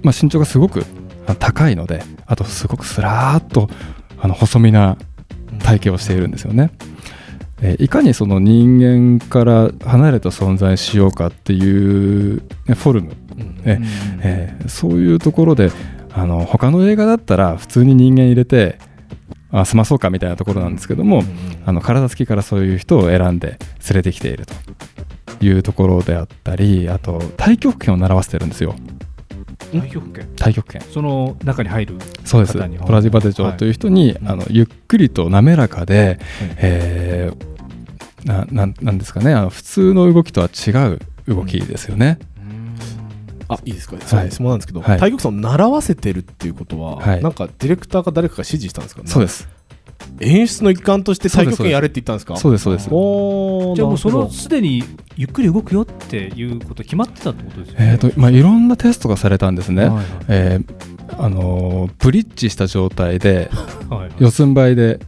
S3: まあ、身長がすごくあ高いのであとすごくスラーっとあの細身な体型をしているんですよね。えーいかにその人間から離れた存在にしようかっていうねフォルムええーそういうところであの他の映画だったら普通に人間入れてあ済まそうかみたいなところなんですけども、あの体つきからそういう人を選んで連れてきているというところであったりあと太極拳を習わせてるんですよ
S1: 代表権
S3: 太極拳
S1: その中に入る、
S3: そうです
S1: 方に
S3: ポラジバテ長という人に、あのゆっくりと滑らかで、えーななんなんですかねあの普通の動きとは違う動きですよね、
S2: あいいですかはい質問なんですけど
S3: はい
S2: 太極さんを習わせてるっていうこと
S3: は
S2: はいなんかディレクターか誰かが指示したんですかね
S3: そうです
S2: 演出の一環として太極拳やれって言ったんですか
S3: そうですそうです
S2: おー
S1: じゃあもうそ
S2: なる
S1: の
S2: ほ
S1: すでにゆっくり動くよっていうこと決まってたってことですよね。
S3: えーとまあ、いろんなテストがされたんですね、
S1: はい
S3: えーあのーブリッジした状態で
S1: はい
S3: 四つん這いで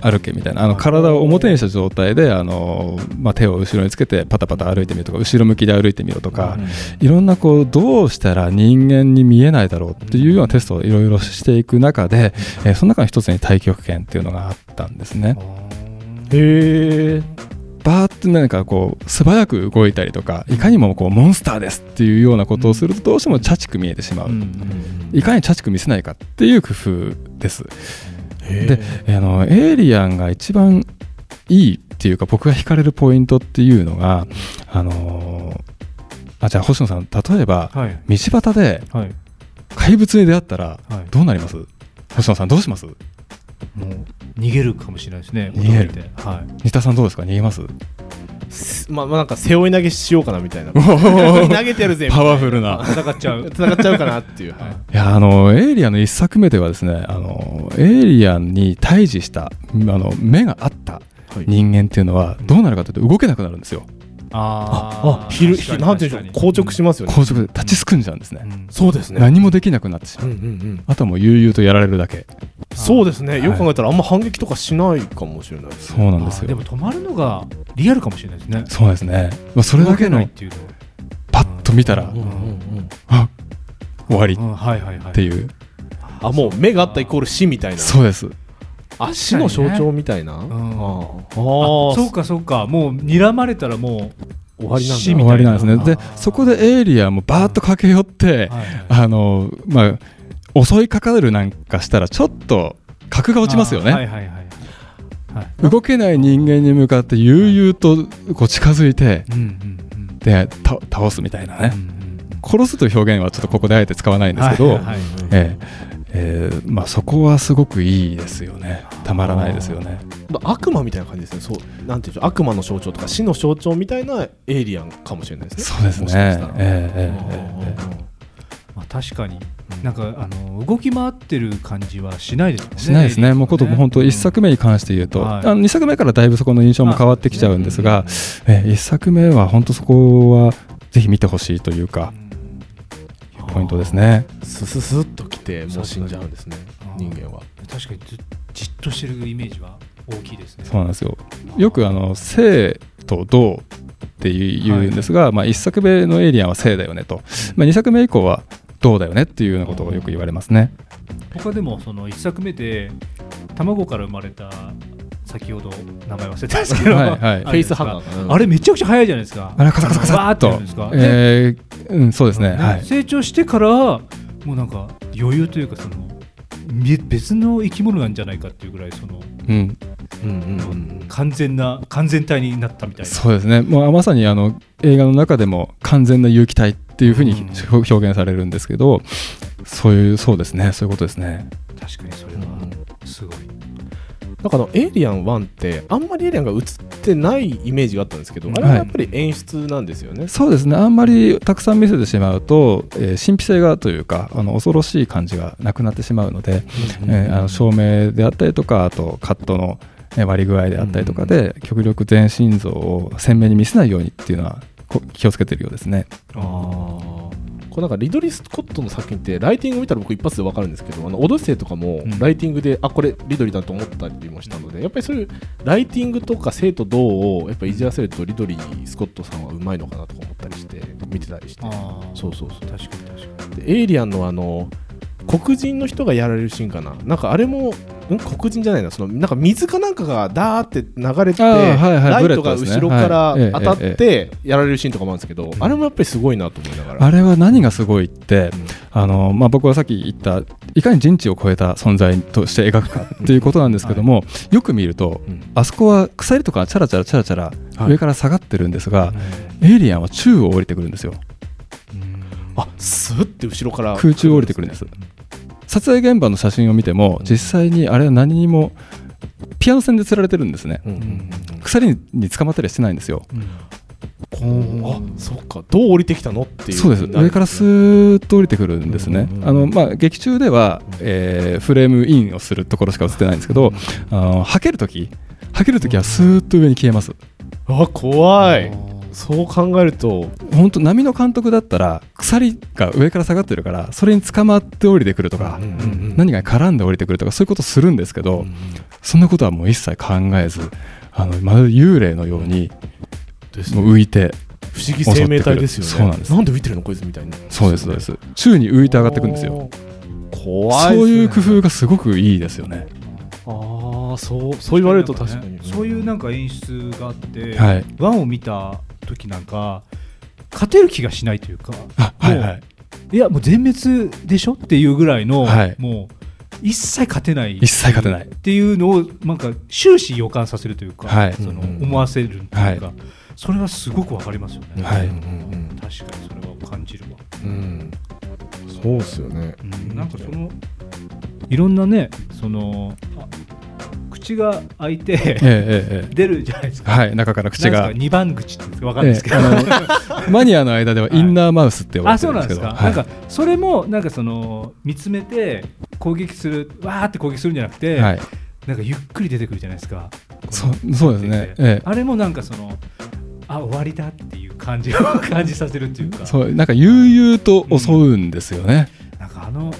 S3: 歩けみたいなあの体を表にした状態で、あのーまあ、手を後ろにつけてパタパタ歩いてみるとか後ろ向きで歩いてみるとか、いろんなこうどうしたら人間に見えないだろうっていうようなテストをいろいろしていく中で、えーその中の一つに太極拳っていうのがあったんですね。
S2: どへえ
S3: バーって何かこう素早く動いたりとかいかにもこうモンスターですっていうようなことをするとどうしてもチャチく見えてしまう、いかにチャチく見せないかっていう工夫です。であのエイリアンが一番いいっていうか僕が惹かれるポイントっていうのがあのーあじゃあ星野さん例えば
S1: はい
S3: 道端で
S1: はい
S3: 怪物に出会ったら
S1: はい
S3: どうなります、星野さんどうします
S1: もう逃げるかもしれないですね。
S3: 逃げる
S1: 音を見てはい。
S3: 新田さんどうですか逃げます
S2: まあまあなんか背負い投げしようかなみたい な投げてやるぜ
S3: パワフルな
S1: 戦っちゃう。
S2: 戦っちゃうかなっていう はい
S3: いやあのエイリアンの一作目ではですねあのエイリアンに対 峙したあの目があった人間っていうのはどうなるかというと動けなくなるんですよ。
S1: あ
S2: あ昼昼なんていうんでしょう硬直しますよね、
S3: 硬直で立ちすくんじゃうんですね、
S2: そうですね
S3: 何もできなくなってしま
S2: う
S3: う、
S2: んうんうん
S3: あとはもう悠々とやられるだけ
S2: そうですね
S3: い
S2: よく考えたらあんま反撃とかしないかもしれないです
S3: そ
S2: ね
S3: うなんですよ
S1: でも止まるのがリアルかもしれないですね
S3: そうですね、まあ、それだけ
S1: 動ないっ
S3: の
S1: ていうのは
S3: パッと見たら
S2: うんうんうん
S3: あ終わりっ
S1: うんはいはいはい
S3: ていう、
S2: あもう目があったイコール死みたいな
S3: そうです
S2: あ死の象徴みたいな、ああ
S1: あそう
S2: 終
S1: かそうかもう睨まれたらも
S2: わりなんだ
S1: 死み
S3: 終
S1: た
S3: わ
S1: いな
S3: りなんですねでそこでエイリアンもバーッと駆け寄って
S1: う、はいはい
S3: あのまあ襲いかかるなんかしたらちょっと格が落ちますよね、
S1: あーはいはいはいはい
S3: 動けない人間に向かって悠々とこう近づいて
S1: うんうんうん
S3: でた倒すみたいなね、
S1: うん
S3: 殺すという表現はちょっとここであえて使わないんですけ
S1: はい
S3: ど
S1: はいはい
S3: ええええまあそこはすごくいいですよねたまらないですよね
S2: 悪魔みたいな感じですねそうなんていうんでしょう悪魔の象徴とか死の象徴みたいなエイリアンかもしれないですね
S3: そうです
S2: もしかした
S3: ね
S2: ら
S3: ええ
S2: うんうんうん
S3: ええええ
S1: まあ、確かに、なんかあの動き回ってる感じはしないですもんね。
S3: しないですねもうことも本当1作目に関して言うと、
S1: はい
S3: あの2作目からだいぶそこの印象も変わってきちゃうんですが、ええ一1作目は本当そこはぜひ見てほしいというかポイントですね
S2: スススッと来てもう死んじゃうんですね
S1: そう
S2: 人間は
S1: 確かにずじっとしてるイメージは大きいですね。
S3: そうなんですよよくあの生と動っていう言うんですが、まあ、1作目の「エイリアン」は生だよねと、まあ、2作目以降は動だよねっていうようなことをよく言われますね。
S1: 他でもその一作目で卵から生まれた先ほど名前忘れたんですけど、
S3: はいは
S1: ある
S3: い
S1: じゃな
S2: フェイ
S1: です
S2: ス
S1: か
S2: ハンガーかな
S1: あれめちゃくちゃ早いじゃないですか。
S3: あれカサカサカ
S1: バー
S3: サ
S1: っ
S3: って
S1: やる
S3: と
S1: んですか。
S3: えーうん、そうですね、
S1: ね
S3: はい、
S1: 成長してからもうなんか余裕というかそのみ別の生き物なんじゃないかっていうぐらいその
S3: うん、
S2: うんうんうん
S1: 完全な完全体になったみたいな。
S3: そうですねもうまさにあの映画の中でも完全な有機体っていうふうに
S1: うん
S3: 表現されるんですけどそういうそうですねそういうことですね
S1: 確かにそれ
S2: う
S1: は
S2: ん
S1: すごい。
S2: だからエイリアン1ってあんまりエイリアンが映ってないイメージがあったんですけどあれはやっぱり演出なんですよね、
S3: そうですねあんまりたくさん見せてしまうと、えー神秘性がというかあの恐ろしい感じがなくなってしまうので、えーあの照明であったりとかあとカットのえー割り具合であったりとかで、極力全身像を鮮明に見せないようにっていうのはこ気をつけてるようですね。
S2: あーこうなんかリドリー・スコットの作品ってライティング見たら僕一発で分かるんですけど「あのオドッセイ」とかも
S1: うん
S2: ライティングで、あこれリドリーだと思ったりもしたのでやっぱりそういうライティングとか生と動をやっぱいじらせるとリドリー・スコットさんはうまいのかなとか思ったりして見てたりしてそうそうそう
S1: 確かに確か
S2: でエイリアンのあの黒人の人がやられるシーンかななんかあれもん黒人じゃないなそのなんか水かなんかがダーって流れて、
S3: あーはいはい
S2: ライト
S3: ブレッ
S2: が
S3: トですね
S2: 後ろから
S3: はいええ
S2: 当たってやられるシーンとかもあるんですけど、あれもやっぱりすごいなと思いながら。
S3: あれは何がすごいって、あのまあ、僕はさっき言ったいかに人知を超えた存在として描くかっていうことなんですけども、よく見ると
S2: うん
S3: あそこは鎖とかチャラチャラチャラチャラ
S2: はい
S3: 上から下がってるんですが、エイリアンは宙を降りてくるんですよ
S2: あスーって後ろから
S3: 空中を降りてくるんです撮影現場の写真を見ても実際にあれは何にもピアノ線で吊られてるんですね
S2: うんうんうん
S3: 鎖に捕まったりはしてないんですよ
S2: あそっかどう降りてきたのっていう
S3: そうです上からスーッと降りてくるんですね、あのまあ、劇中では、えーフレームインをするところしか映ってないんですけど、あのはけるとき、はけるときはスーッと上に消えます、
S2: あ怖いそう考えると
S3: 本当、波の監督だったら、鎖が上から下がってるから、それに捕まって降りてくるとか、
S2: うんうんうん
S3: 何かに絡んで降りてくるとか、そういうことするんですけど、そんなことはもう一切考えず、あのまるで幽霊のように
S2: です
S3: もう浮いて、
S2: 不思議生命体ですよね
S3: 襲ってくるそうなんです
S2: なんで浮いてるのこいつみたいな
S3: そうです、そうです、宙に浮いて上がってくるんですよ。
S2: 怖い
S3: そ
S2: ですね
S3: ういう工夫がすごくいいですよね。
S2: ああそうそう言われると確かに
S1: ねそういうなんか演出があって、
S3: はい
S1: ワンを見た時なんか勝てる気がしないというか
S3: あはいはい
S1: もういやもう全滅でしょっていうぐらいの、
S3: はい
S1: もう一切勝てない
S3: 一切勝てない
S1: っていうのをなんか終始予感させるというか、
S3: はい
S1: その
S2: うんうん
S1: 思わせるというか、
S3: はい
S1: それはすごくわかりますよね、
S3: はい
S2: うんうん
S1: 確かにそれは感じるわ
S2: うんそうっすよね
S1: なんかそのいろんなねそのあ口が開い
S3: ええ
S1: て
S3: ええ え
S1: 出るじゃないです
S3: え
S1: か。
S3: はい、中から口が。
S1: 2番口っていうんですかわかんない
S3: え
S1: ですけ
S3: え
S1: ど、
S3: あのマニアの間ではインナーマウスって呼 ば
S1: あ
S3: れて
S1: そ
S3: る
S1: うんな
S3: です
S1: ん
S3: け
S1: です
S3: ど、
S1: か、
S3: はい
S1: なんかそれもなんかその見つめて攻撃するわーって攻撃するんじゃなくて、
S3: はい、
S1: なんかゆっくり出てくるじゃないですか
S3: そうそうですね
S1: この
S3: ええ
S1: あれもなんかそのあ終わりだっていう感じを感じさせるっていうか
S3: そうなんか悠々と襲うんですよね、
S1: なんかあの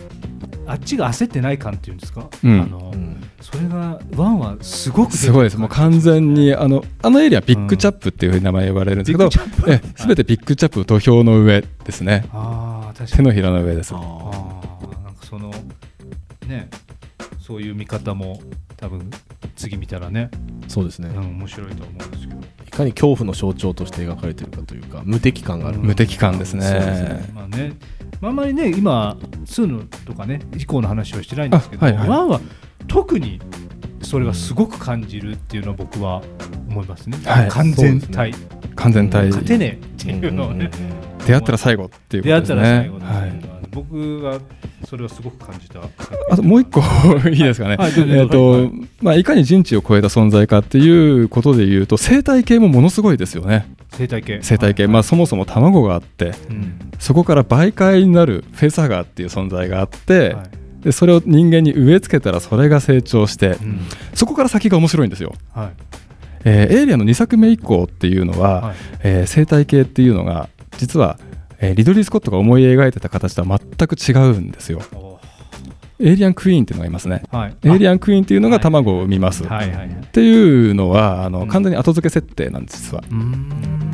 S1: あっちが焦ってない感っていうんですか、
S3: うん
S1: あのそれがワンはすごく出てる
S3: すごいですもう完全にあのあのエリアピックチャップっていうふうに名前呼ばれるんですけど、
S1: ビッグジャンプ
S3: え全てピックチャップ土俵の上ですね
S1: ああ確か
S3: 手
S1: に
S3: のひらの上です
S1: あーなんかそのねそういう見方も多分次見たらね、
S2: そうです
S1: う
S2: ね
S1: ん、面白いと思うんですけど、
S2: いかに恐怖の象徴として描かれてるかというか無敵感がある
S3: 無敵感ですね
S2: そうですね
S1: まあねまあ、あんまりね今2のとかね以降の話はしてないんですけど、
S3: あはいはい
S1: ワンは特にそれがすごく感じるっていうのは僕は思いますね、
S3: はい
S1: 完全体、
S3: 完全体
S1: 勝てねえっていうのをね、
S3: 出会ったら最後っていうこ
S1: 出会
S3: と
S1: った
S3: です
S1: ら
S3: ね
S1: 最後ですね、
S3: はい
S1: 僕はそれはすごく感じた
S3: あともう一個いいですかね、
S1: はいどうぞ
S3: えっ
S1: はいは
S3: とまあ、いかに人知を超えた存在かっていうことでいうと生態系もものすごいですよね
S1: 生態系
S3: 生態系、まあ、そもそも卵があって
S1: うん
S3: そこから媒介になるフェザガーっていう存在があって、
S1: はい
S3: でそれを人間に植え付けたらそれが成長して
S1: うん
S3: そこから先が面白いんですよ。
S1: はい
S3: えーエイリアンの2作目以降っていうのは、
S1: はい
S3: えー生態系っていうのが実は、えーリドリー・スコットが思い描いてた形とは全く違うんですよ。
S1: お
S3: エイリアンクイーンっていうのがいますね。
S1: はい
S3: エイリアンクイーンっていうの
S1: は
S3: が
S1: い
S3: 卵を産みます。
S1: はいはいはい
S3: っていうのはあ
S1: う
S3: の
S1: ん
S3: 完全に後付け設定なんです実は。
S1: うーん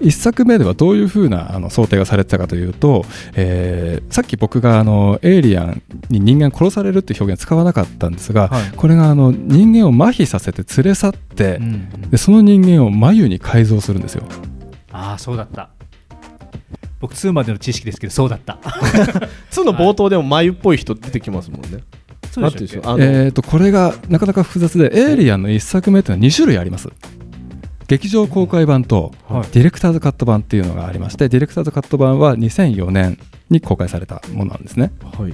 S3: 1作目ではどういうふうなあの想定がされてたかというと、えーさっき僕があのエイリアンに人間殺されるっていう表現使わなかったんですが、
S1: はい
S3: これがあの人間を麻痺させて連れ去って、
S1: うん
S3: でその人間を眉に改造するんですよ。
S1: ああそうだった僕2までの知識ですけどそうだった
S2: 2の冒頭でも眉っぽい人出てきますもんね
S1: そ
S2: な
S1: うん
S2: てい
S1: で
S2: う
S1: し
S2: んでしたょ
S1: っ
S2: う
S1: け
S2: あの
S3: えー、とこれがなかなか複雑で「エイリアン」の1作目っていうのは2種類あります劇場公開版と
S1: はい
S3: ディレクターズカット版っていうのがありましてディレクターズカット版は2004年に公開されたものなんですね
S2: はい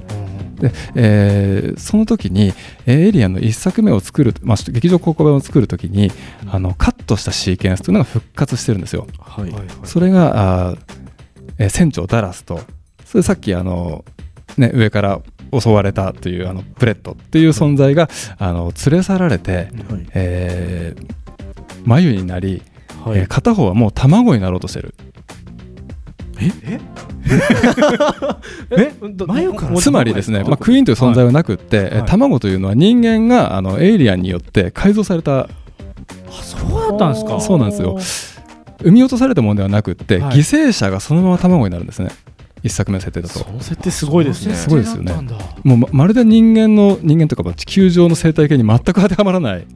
S3: で、えーその時に「エイリアン」の1作目を作る、まあ、劇場公開版を作る時にあのカットしたシーケンスというのが復活してるんですよ
S2: はい
S1: はいはい
S3: それがあー、えー船長ダラスとそれさっきあの、ね、上から襲われたというあのブレッドっていう存在が、あの連れ去られて、
S2: はい
S3: えー眉になり、
S2: はい
S3: えー片方はもう卵になろうとしてる
S2: え
S1: 眉から
S3: つまりですね、まあ、
S2: あ
S3: クイーンという存在はなくって、えー
S1: はい
S3: 卵というのは人間があのエイリアンによって改造された
S1: あそうだったんですか
S3: そうなんですよ産み落とされたものではなくって、
S1: はい
S3: 犠牲者がそのまま卵になるんですね一作目の設定だと
S2: その設定すごいですね
S3: すごいですよね
S1: そうだったんだ
S3: もうままるで人間の人間というかまあ地球上の生態系に全く当てはまらな
S2: う
S3: い
S2: ん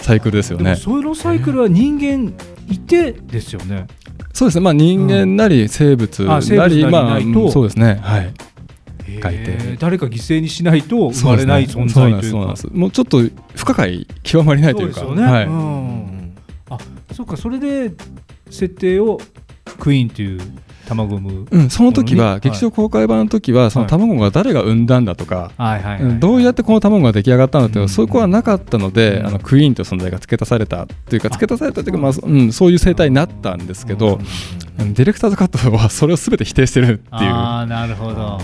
S3: サイクルですよ
S1: でも
S3: ね。
S1: そのサイクルは人間いてですよね
S3: そうですね。まあ人間なり生物
S1: あ
S3: な
S1: 生物なり
S3: り、まあ
S1: いないと
S3: うんそうですね。はい。
S1: へー
S3: 書いて
S1: 誰か犠牲にしないと生まれない存
S3: そう
S1: 在
S3: なん
S1: と
S3: で
S1: い
S3: す
S1: う
S3: そうなん
S1: か
S3: です。もうちょっと不可解極まりないというか、
S1: そうですよね、
S3: はい。
S1: うんあそうかそれで設定をクイーンという卵ム
S3: うん、その時
S1: はい
S3: は劇場公開版の時はその卵が誰が産んだんだとか、
S1: はいはい、
S3: うんどうやってこの卵が出来上がったのっていうの
S1: うん
S3: はそこはなかったので、
S1: うん
S3: あのクイーンという存在が付け足されたというか
S1: あ
S3: 付け足されたというかまあ、うん、そういう生態になったんですけど、うんディレクターズカットはそれを全て否定してるっていう。
S1: ああなるほど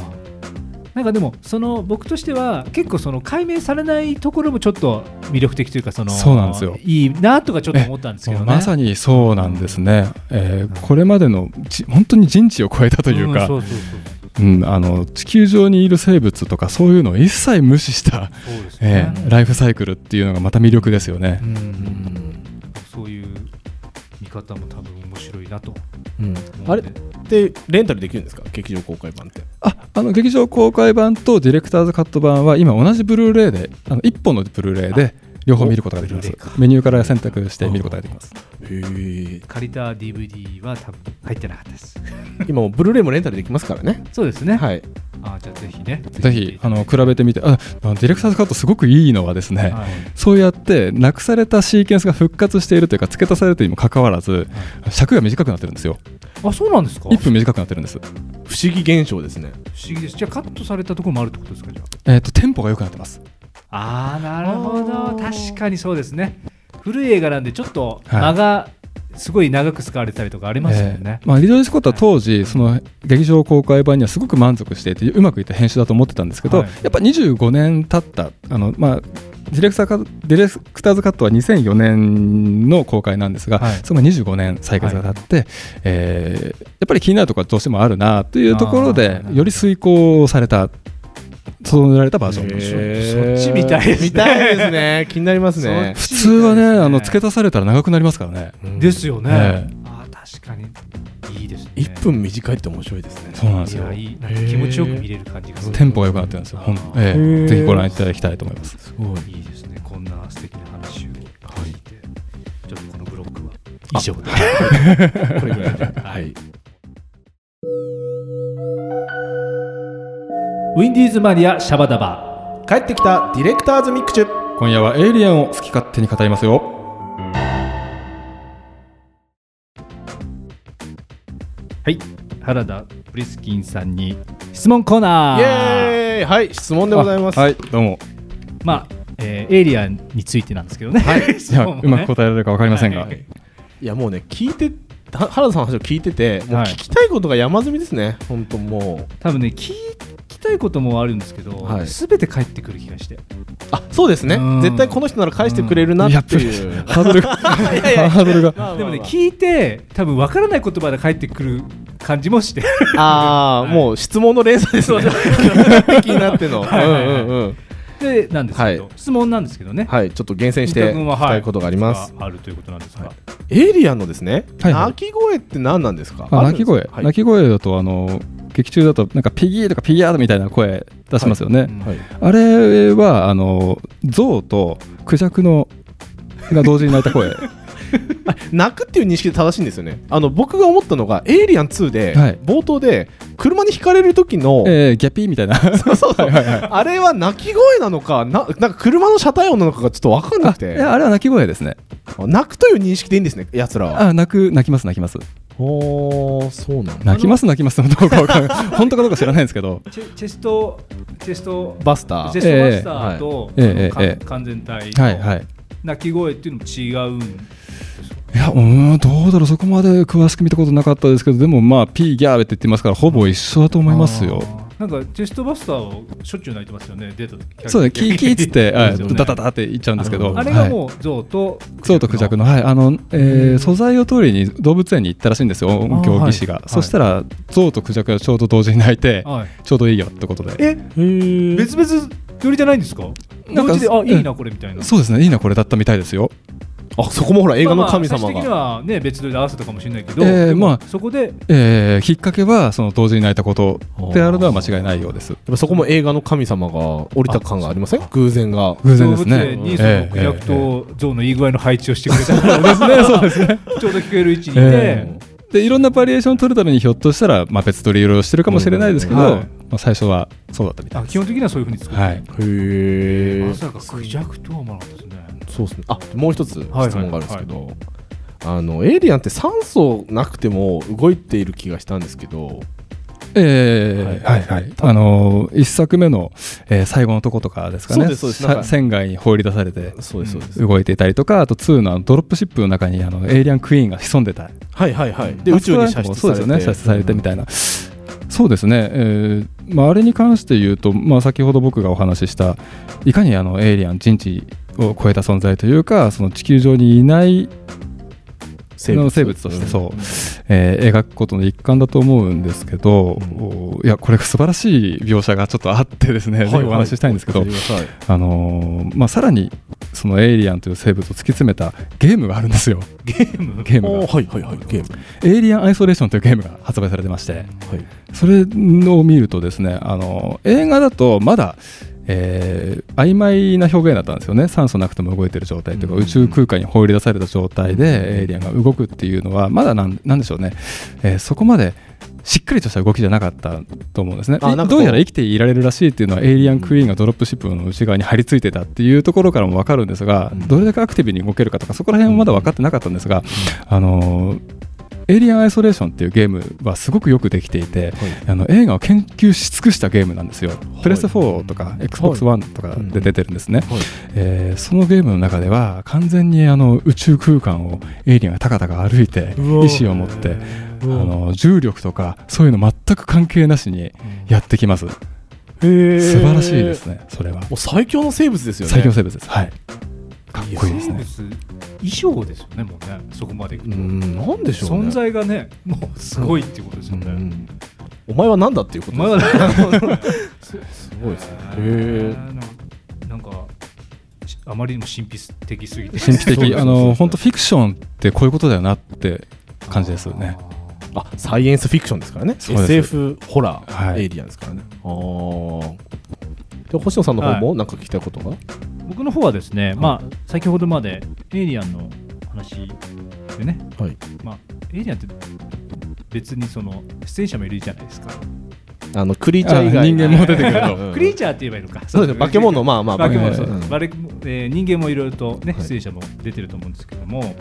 S1: なんかでもその僕としては結構その解明されないところもちょっと魅力的というかその
S3: そうなんですよ
S1: いいなとかちょっと思ったんですけどね
S3: まさ
S1: に
S3: にそうなんですね、えーこれまでのじ本当に人知を超えたというか、
S1: そ
S3: うん
S1: うそう
S3: あの地球上にいる生物とかそういうのを一切無視した、
S1: そうそうです
S3: え
S1: ね、
S3: ーライフサイクルっていうのがまた魅力ですよね
S1: う。んそういう見方も多分面白いなと思
S2: うん
S1: うんで
S2: あれってレンタルできるんですか劇場公開版って
S3: ああの劇場公開版とディレクターズカット版は今同じブルーレイであの1本のブルーレイで両方見ることができま
S1: お
S3: す
S1: ブルーレイ
S3: メニューから選択して見ることができます
S2: へえ
S1: 借りた DVD は多分入ってなかったです
S2: 今もうブルーレイもレンタルできますからね
S1: そうですね、
S2: はい
S1: あじゃあぜひね
S3: ぜひあの比べてみてああのディレクターズカットすごくいいのはですね、
S1: はい
S3: そうやってなくされたシーケンスが復活しているというか付け足されているにもかかわらず尺が短くなってるんですよ
S1: あそうなんですか不
S3: 1分短くなってるんです、
S2: 不思議現象ですね
S1: 思議ですじゃあカットされたところもあるってことですかじゃあ
S3: えー、とテンポが良くなってます
S1: あーなるほど確かにそうですね古い映画なんでちょっと
S3: はい
S1: 間がすごい長く使われたりとかありますもんね
S3: えー、まあ、リドリー・スコットは当時、
S1: い
S3: その劇場公開版にはすごく満足していてうまくいった編集だと思ってたんですけど、
S1: はい
S3: やっぱ25年経ったあの、まあ、ディレクターカディレクターズカットは2004年の公開なんですが、
S1: はい
S3: その25年歳月が経って、えーやっぱり気になるところはどうしてもあるなというところ
S1: あ
S3: で
S1: ー
S3: より遂行された整えられたバージョンです
S2: えー
S5: そっちみたいですね
S2: 見たいですね。気になりますね。
S3: 普通はねあの付け足されたら長くなりますからね。
S1: ですよね、
S3: ええ
S1: あー確かにいいですね
S2: 一分短いって面白いですね。
S3: そうなんです
S1: い
S3: よ
S1: やいいなんか気持ちよく見れる感じがする
S3: テンポが良くなってるんですよ、ほん
S1: あー
S3: え
S2: へー
S3: え、ぜひご覧いただきたいと思います。
S1: すごいいいですねこんな素敵な話を聞いて、ちょっとこのブロックは以上で
S2: これぐらいで。はい。
S1: ウィンディーズマニアシャバダバ
S2: 帰ってきたディレクターズミックチュ。
S3: 今夜はエイリアンを好き勝手に語りますよ。
S1: 原田ブリスキンさんに質問コーナ
S2: イ
S1: ー
S2: エーイ。はい、質問でございます。
S3: あはい、どうも。
S1: まあ、えーエイリアンについてなんですけどね、
S3: いや、うまく
S1: 答
S3: 答えられるかわかりませんが。
S2: いやもうね聞いては原田さんの話を聞いてて、もう
S1: はい
S2: 聞きたいことが山積みですね。本当もう。
S1: 多分ね聞きたいこともあるんですけど、
S2: はい
S1: すべて返ってくる気がして
S2: あ、そうですね
S1: うん。
S2: 絶対この人なら返してくれるなっていう。
S3: ハードルが、ハードルが。
S2: まあまあまあ
S1: でもね聞いて多分わからない言葉で返ってくる感じも して
S2: ああ、もう質問の連鎖ですね。気になっての。うん
S1: はいはいはい
S2: うんうん。
S1: でなんですけど、
S2: はい
S1: 質問なんですけどね、
S2: はい、ちょっと厳選して
S1: 三田
S2: 聞
S1: 君
S2: き
S1: はは
S2: たいことがあります。
S1: あるということなんですが、
S2: はいエイリアンのですね、
S3: はいはい
S2: 鳴き声って何なんですか。
S3: あ、鳴き声、
S2: はい
S3: 鳴き声だと、あの、劇中だと、なんかピギーとかピギャーみたいな声出しますよね。
S1: うん
S2: はい
S3: あれは、あの、象とクジャクの。が同時に鳴 いた声。は
S2: 泣くっていう認識で正しいんですよね。あの僕が思ったのが、エイリアン2で、
S3: はい
S2: 冒頭で車にひかれる時の、
S3: えー、ギャピーみたいな。
S2: そうそうそうあれは鳴き声なのか、ななんか車の車体音なのかがちょっと分かんな
S3: あ
S2: く
S3: い
S2: て、
S3: やあれは鳴き声ですね。
S2: 泣くという認識でいいんですね、やつらは。
S3: あ、鳴く、鳴きます、鳴きます。
S2: おー、そうなんだ。
S3: 泣きます泣きますのどうかわかん ない本当かどうか知らないんですけど
S1: チェチェストチェスト
S2: バスタ
S1: チェ
S2: ー。
S1: ストマスターと、
S3: ええはい
S1: あの
S3: ええええ
S1: か完全体
S3: はいは
S1: の
S3: い
S1: 鳴き声っていうのも違うん
S3: いやうーんどうだろうそこまで詳しく見たことなかったですけどでもまあピーギャーベって言ってますからほぼ一緒だと思いますよ
S1: なんかチェストバスターをしょっちゅう鳴いてますよね出た時
S3: そうねキー キーっつって、はい、
S1: ですよね
S3: ダダダって言っちゃうんですけど
S1: あれが
S3: はい
S1: もう象と
S3: そうとクジャクの、はいあのえー素材を取りに動物園に行ったらしいんですよ、音響技師が、
S1: はい
S3: そしたら、ゾウとクジャクがちょうど同時に鳴いて、
S1: はい
S3: ちょうどいいよってことで、
S1: え別々寄りじゃないんですか
S3: なんか
S1: 同時であいいな
S3: う
S1: これみたいな
S3: そうですね、いいな、これだったみたいですよ、
S2: あそこもほら、映画の神
S1: ま
S2: 様
S1: あまあ最終的に
S2: が。
S1: はね別撮りで合わせたかもしれないけど、
S3: ええ
S1: でも
S3: まあ
S1: そこで
S3: えーきっかけはその同時に鳴いたことであるのは間違いないようです。
S2: やっぱそこも映画の神様が降りた感がありません偶然が。
S1: 動
S3: 偶然で
S1: 物
S3: すね。
S1: 園にその
S3: ええ
S1: クジャク
S3: ええ
S1: と象のいい具合の配置をしてくれたそうです ねそうですねちょうど聞こえる位置にいて、
S3: ええでいろんなバリエーションを取るためにひょっとしたら、まあ、別撮りいろいろしてるかもしれないですけど、
S2: うんはい
S3: まあ、最初はそうだったみた
S1: あ
S3: いで
S1: 基
S3: す。
S1: 本的にはそういうふうに作る、
S3: はい、
S2: へ
S1: ま
S2: え。
S1: さかクジャクとは思わなかったですね
S2: そうですね。あもう一つ質
S1: はい
S2: 問があるんですけど、あのエイリアンって酸素なくても動いている気がしたんですけど、
S3: ええはいはい、あのー一作目の、えー最後のとことかですか
S2: そう
S3: ね
S2: ですそうです
S3: さ
S2: なんか
S3: 船外に放り出されて
S2: そうですそうです。
S3: 動いていたりとかあと2のあのドロップシップの中にあのエイリアンクイーンが潜んでた
S2: はいはいはい。で
S3: あ
S2: 宇宙に射出
S3: そ
S2: さ
S3: う
S2: れ
S3: です
S2: て、
S3: よね射出されてみたいな、そうですね、えーまあ、あれに関して言うと、まあ、先ほど僕がお話ししたいかにあのエイリアン人知を超えた存在というかその地球上にいない
S2: 生
S3: の生物としてそう、
S2: ん
S3: えー描くことの一環だと思うんですけど、
S2: うん
S3: おいやこれ素晴らしい描写がちょっとあってですね、
S2: はい
S3: ぜ
S2: はい
S3: ひお話ししたいんですけど、
S2: 教えてください
S3: あのーまあ、さらにそのエイリアンという生物を突き詰めたゲームがあるんですよ
S1: ゲーム
S3: ゲーム
S2: おー
S3: が
S2: はいはいはいゲーム
S3: エイリアンアイソレーションというゲームが発売されてまして。
S2: はい
S3: それを見るとですねあの映画だとまだ、えー曖昧な表現だったんですよね酸素なくても動いてる状態というか、
S2: うん
S3: 宇宙空間に放り出された状態でエイリアンが動くっていうのはまだなんなんでしょうね、えーそこまでしっかりとした動きじゃなかったと思うんですね
S2: あなんかこう
S3: どうやら生きていられるらしいっていうのはエイリアンクイーンがドロップシップの内側に張り付いてたっていうところからも分かるんですが、
S2: うん
S3: どれだけアクティブに動けるかとかそこら辺はまだ分かってなかったんですが、あのーエイリアンアイソレーションっていうゲームはすごくよくできていて、あの映画を研究し尽くしたゲームなんですよ、プレステ4とか XBOX1 とかで出てるんですね、
S2: はい
S3: えーそのゲームの中では完全にあの宇宙空間をエイリアンがたかたか歩いて意
S2: うお
S3: 思を持ってあの重力とかそういうの全く関係なしにやってきます
S2: 素
S3: 素晴らしいですねそれは
S2: もう最強の生物ですよね
S3: 最強の生物ですはいかっこいいです
S1: 生
S3: ね
S1: 物衣装ですよねもうねそこまでいくと、
S2: うんなんでしょうね
S1: 存在がねもうすごいっていうことですよね、
S2: うんお前は何だっていうこと
S1: お前は
S2: す
S1: ね
S2: ごいですね
S1: へ
S2: へ
S1: ーなんかしあまりにも神秘的すぎて
S3: 神秘
S2: そうです
S3: 的
S2: ね
S3: あの本当フィクションってこういうことだよなって感じですよね
S2: あサイエンスフィクションですからね
S3: そうです
S2: SF ホラー、
S3: はい
S2: エイリアンですからねあーで星野さんの方も何か聞きたいことが、
S1: 僕の方はですね、まあ、先ほどまでエイリアンの話でね、
S2: はい
S1: まあ、エイリアンって別にその出演者もいるじゃないですか、
S2: あのクリーチャー以外
S3: あ人間も出てくる
S2: と
S1: クリーチャーって言えばいいのか
S2: そうですね化け物のまあまあ
S1: 化け物、
S3: 化
S1: そ
S3: け
S1: う
S2: うん
S1: バレえー人間もいろいろと、ね
S2: はい
S1: 出演者も出てると思うんですけども、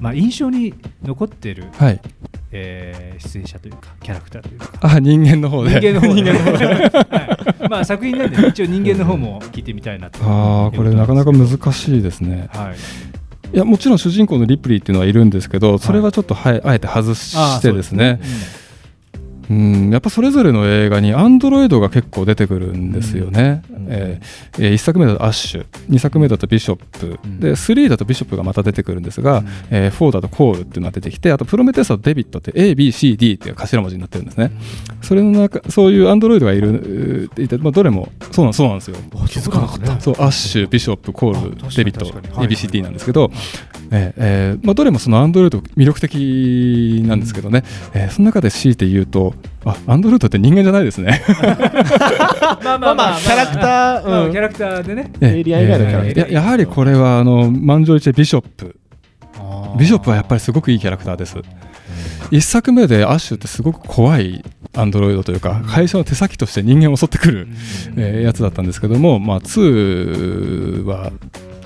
S1: まあ、印象に残ってる、
S3: はい
S1: えー出演者というかキャラクターというか
S3: あ 人間の方
S1: 人
S3: で
S1: 間の方ねはいまあ作品なんで一応人間の方も聞いてみたいなと
S3: ああこれなかなか難しいですね
S1: はい
S3: いやもちろん主人公のリプリーっていうのはいるんですけどそれはちょっとはいあえて外してですねうんやっぱそれぞれの映画にアンドロイドが結構出てくるんですよね、
S2: うん
S3: えーえ1作目だとアッシュ2作目だとビショップ、
S2: うん
S3: で3だとビショップがまた出てくるんですが、えー4だとコールっていうのが出てきてあとプロメテウスだとデビットって ABCD っていう頭文字になってるんですね、それの中そういうアンドロイドがいるっていて、まあ、どれもそうなんそうなんですよ
S2: 気づかなかった
S3: そうアッシュ、ビショップ、コール、デビット、
S1: 確かにはい
S3: ABCD なんですけど、ええーまあ、どれもそのアンドロイド魅力的なんですけどね、えーその中で強いて言うと、あアンドロイドって人間じゃないですね。
S1: まあまあまあ
S2: キャラクター、
S1: う
S2: うんん
S1: キャラクターでね
S2: エイリアン以外のキャラクター
S3: えーいややはりこれはあの満場一致でビショップ、ビショップはやっぱりすごくいいキャラクターです。一作目でアッシュってすごく怖いアンドロイドというか、会社の手先として人間を襲ってくる、えーやつだったんですけども、まあ、2は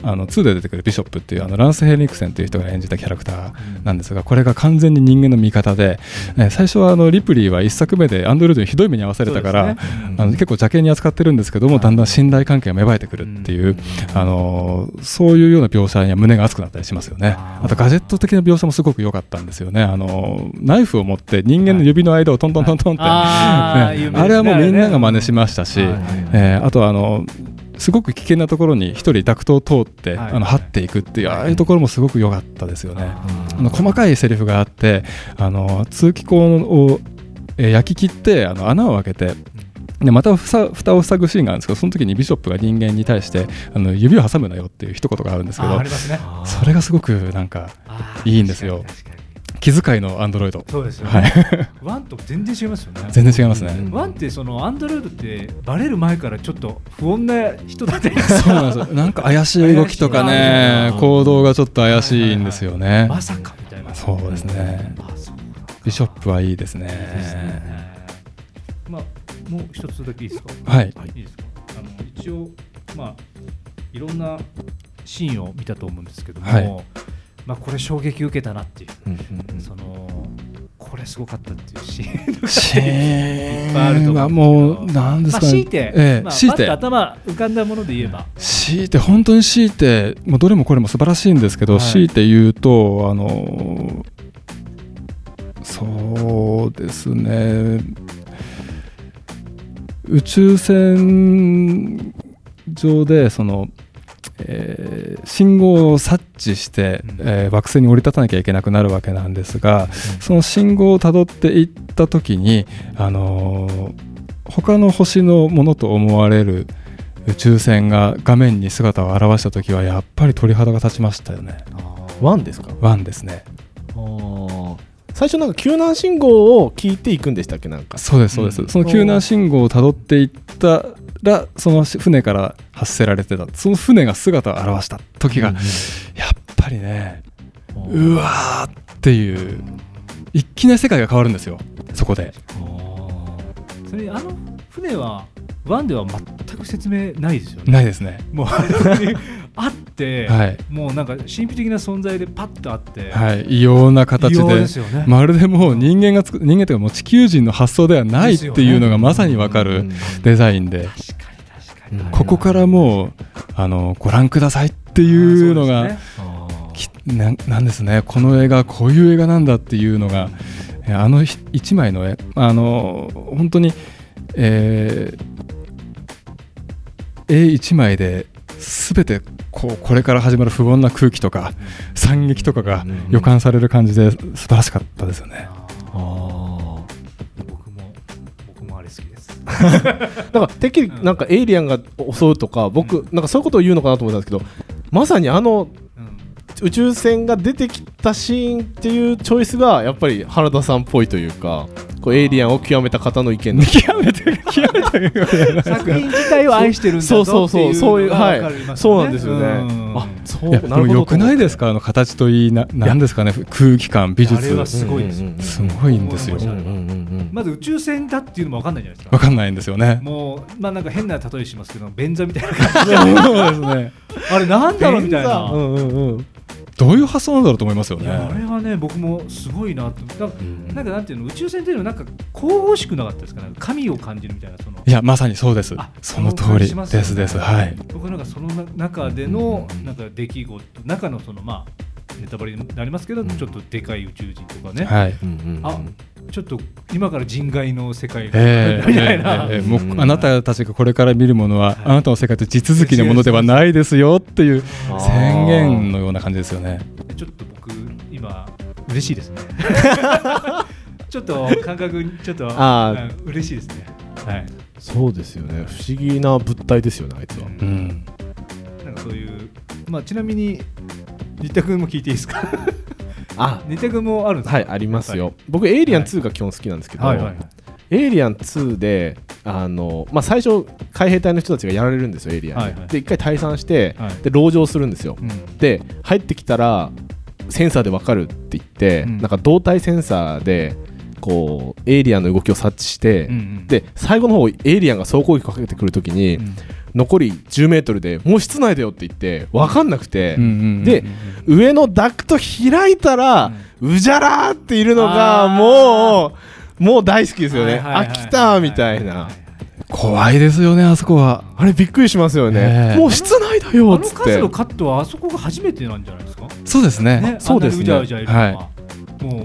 S3: あの2で出てくるビショップっていうあのランス・ヘンリクセンという人が演じたキャラクターなんですがこれが完全に人間の味方で、えー最初はあのリプリーは1作目でアンドロイドにひどい目に遭わされたから、
S1: そうで
S3: あの結構邪険に扱ってるんですけどもだんだん信頼関係が芽生えてくるっていう、あのーそういうような描写には胸が熱くなったりしますよねあとガジェット的な描写もすごく良かったんですよね、あのーナイフを持って人間の指の間をトントントントンって、
S1: あー
S3: ね
S1: 有名ですね
S3: あれはもうみんなが真似しましたし、
S1: はいはいはい
S3: えーあとはあのすごく危険なところに一人ダクトを通って、
S1: はい
S3: あの張っていくっていうああいうところもすごく良かったですよね。あの細かいセリフがあってあの通気口をえー焼き切ってあの穴を開けて。でまたふさ蓋を塞ぐシーンがあるんですけどその時にビショップが人間に対してあの指を挟むなよっていう一言があるんですけ
S1: あー
S3: ど
S1: ありますね
S3: それがすごくなんかいいんですよ
S1: 確かに確かに
S3: 気遣いのアンドロイド
S1: そうですよね、
S3: はい
S1: ワンと全然違いますよね
S3: 全然違いますね
S1: ワンってそのアンドロイドってバレる前からちょっと不穏な人だったり
S3: そうなん ですよなんか怪しい動きとかね行動がちょっと怪しいんですよね
S1: まさかみたいな
S3: そうですね
S1: あそう
S3: ビショップはいいですね
S1: ですね。まあ、もう一つだけいいですか。
S3: はい
S1: いいですか。あの、一応、まあ、いろんなシーンを見たと思うんですけども。
S3: はい
S1: まあ、これ衝撃受けたなっていう、
S2: うん
S1: その。これすごかったっていうシ ーンとか
S3: シ
S1: いっぱいある
S3: ー
S1: と
S3: ン
S1: 思
S3: は
S1: うんですけ
S3: も
S1: ど
S3: うなんです
S1: まあ、
S3: かね
S1: 強いて、
S3: ええ
S1: まあ、
S3: 強いて
S1: パッと頭浮かんだもので言えば。
S3: 強いて本当に強いてもうどれもこれも素晴らしいんですけど、
S1: はい
S3: 強いて言うとあのそうですね宇宙船上でその、えー信号を察知して、えー惑星に降り立たなきゃいけなくなるわけなんですがその信号をたどっていった時にあの他の星のものと思われる宇宙船が画面に姿を現した時はやっぱり鳥肌が立ちましたよね
S2: ワンですか
S3: ワンですね
S2: 最初なんか救難信号を聞いていくんでしたっけなんか
S3: そうですそうです、その救難信号をたどっていったらその船から発せられてたその船が姿を現した時が、やっぱりねうわーっていう一気に世界が変わるんですよそこで
S1: それ、あの、船は。ワンでは全く説明ないですよね。
S3: ないですね
S1: もう、本当にあって。
S3: はい、
S1: もうなんか神秘的な存在でパッとあって、
S3: はい、異様な
S1: 異
S3: 形
S1: 様
S3: で
S1: ですよね。
S3: まるでもう人間がつく人間というかもう地球人の発想ではないっていうのがまさにわか
S2: う
S3: る
S2: ん
S3: デザインで
S1: 確かに確かに
S2: うん
S3: ここからもうあのご覧くださいっていうのがきななんですねこの映画はこういう映画なんだっていうのがえあのひ一枚の絵あの本当に、えー絵一枚で全てこうこれから始まる不穏な空気とか惨劇とかが予感される感じで素晴らしかったですよね。
S9: 僕も僕もあれ好きです
S2: なんかてっきりなんかエイリアンが襲うとか僕なんかそういうことを言うのかなと思ったんですけどまさにあの宇宙船が出てきたシーンっていうチョイスがやっぱり原田さんっぽいというかこうエイリアンを極めた方の意見の
S3: 極めて極めて
S9: 作品自体を愛してるんだ
S2: そうそ
S9: ぞ
S2: う
S9: ってい
S2: そううそういう
S9: のが
S2: は
S9: わかりま
S2: い
S9: す
S2: そうなんですよね
S1: うん
S2: あそう
S3: いやでも良くないです
S2: か
S3: かあの形といいななんですかね空気感美
S9: あれ
S3: 術
S9: はすごいですよ
S3: すごいんですよ
S9: う。ん
S1: まず宇宙船だっていうのも分かんないじゃないです
S3: わ
S1: か
S3: かんないんですよね。
S1: もうまあなんか変な例えしますけど便座みたいな感
S3: そうですね。
S1: じあれなんだろうみたいな、
S2: うんうんうん
S3: どういう発想なんだろうと思いますよ
S1: いやあれ
S3: ね。
S1: はね僕もすごいなとなんかなんかなんていうの宇宙船っていうのはなんか神々しくなかったですかなんか神を感じるみたいなその
S3: いやまさにそうです
S1: あ。
S3: その
S1: そう
S3: 通
S1: 感
S3: り
S1: じますよ
S3: で
S1: ね
S3: すですはい。
S1: 僕なんかその中での
S2: うん
S1: なんか出来事中のそのまあネタバレになりますけど、
S2: ん
S1: ちょっとでかい宇宙人とかね、
S3: はい。
S2: うん
S1: あちょっと今から人外の世界が、
S3: え え
S1: みたいな、
S3: ええええもうあなたたちがこれから見るものは、あなたの世界と地続きのものではないですよっていう宣言のような感じですよね。
S1: ちょっと僕今嬉しい ですねちょっと感覚にちょっと
S2: あー
S1: うん嬉しいですねはい
S2: そうですよね不思議な物体ですよねあいつは
S3: うん。
S1: なんかそういうまあちなみに新田君も聞いていいですか
S2: あ
S1: 新田君もあるんですか
S2: はいありますよ僕エイリアン2が基本好きなんですけど
S1: はいはいはい
S2: エイリアン2であの、まあ、最初海兵隊の人たちがやられるんですよエイリアンに、
S1: はいはい
S2: で一回退散して、
S1: はい
S2: で籠城するんですよ、
S1: うん
S2: で入ってきたらセンサーで分かるって言って、
S1: うん
S2: なんか動体センサーでこうエイリアンの動きを察知して、
S1: うんうん
S2: で最後の方エイリアンが総攻撃をかけてくるときに、
S1: ん
S2: 残り1 0ルでもう室内だよって言って分かんなくて、
S3: うんうんうん
S2: で上のダクト開いたら、うじゃらーっているのが
S1: あー
S2: もうもう大好きですよ
S1: は
S2: ね、
S1: いはいはい
S2: 飽きたみたいな、
S3: 怖いですよねあそこは。
S2: あれびっくりしますよね、
S3: ねえ
S2: もう室内だよ
S1: あの
S2: っつって
S1: 数のカットはあそこが初めてなんじゃないですか
S3: そうですね。
S2: そうですね
S1: あんなにうじゃうじゃいるのは、も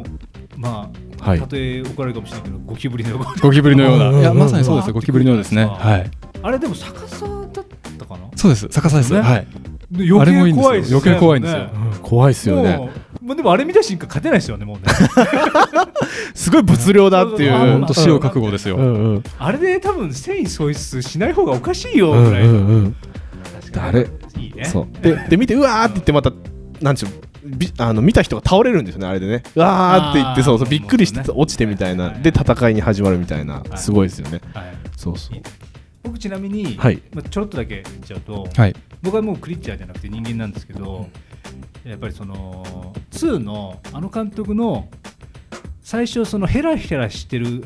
S1: うまあ、
S2: はい
S1: 例え怒られるかもしれないけどゴキブリの動き
S3: ゴキブリのよう
S2: うんうんうんう
S3: な。
S2: ん
S3: いやまさにそうですよゴキブリのようですね。
S1: あ
S3: はい。
S1: あれでも逆さだったかな
S3: そうです逆さです。
S1: ね
S3: はい。
S1: で
S3: あ
S1: 余
S3: れもい
S1: 計
S3: いんですよ
S1: 怖いですよね
S3: 余計怖いんですよ
S1: も
S2: うん怖いですよ
S1: うね
S2: ね
S1: もうまあでもあれ見た瞬間勝てないですよねもうね
S2: すごい物量だっていううん
S3: あ本当死
S1: 塩
S3: を覚悟です
S2: う
S3: よ。
S2: んうん
S1: あれで多分繊維喪失しない方がおかしいよ
S2: うん
S1: ぐらい、
S2: うんうん
S1: 確か
S2: あれ
S1: にいいね
S2: そうでで見てうわーって言ってまたなんちゅうびあの見た人が倒れるんですよねあれでねうわーって言って
S1: あー
S2: そうそ
S1: そ
S2: う
S1: う
S2: びっくりして
S1: そうね
S2: 落ちてみたいな
S1: はい
S2: で戦いに始まるみたいな
S1: はい
S2: すごいですよね
S1: はい
S2: そうそう
S1: 僕ちなみに、
S2: はい
S1: まあ、ちょろっとだけ言っちゃうと、
S3: はい。
S1: 僕はもうクリッチャーじゃなくて人間なんですけど、やっぱりその2のあの監督の最初そのヘラヘラしてる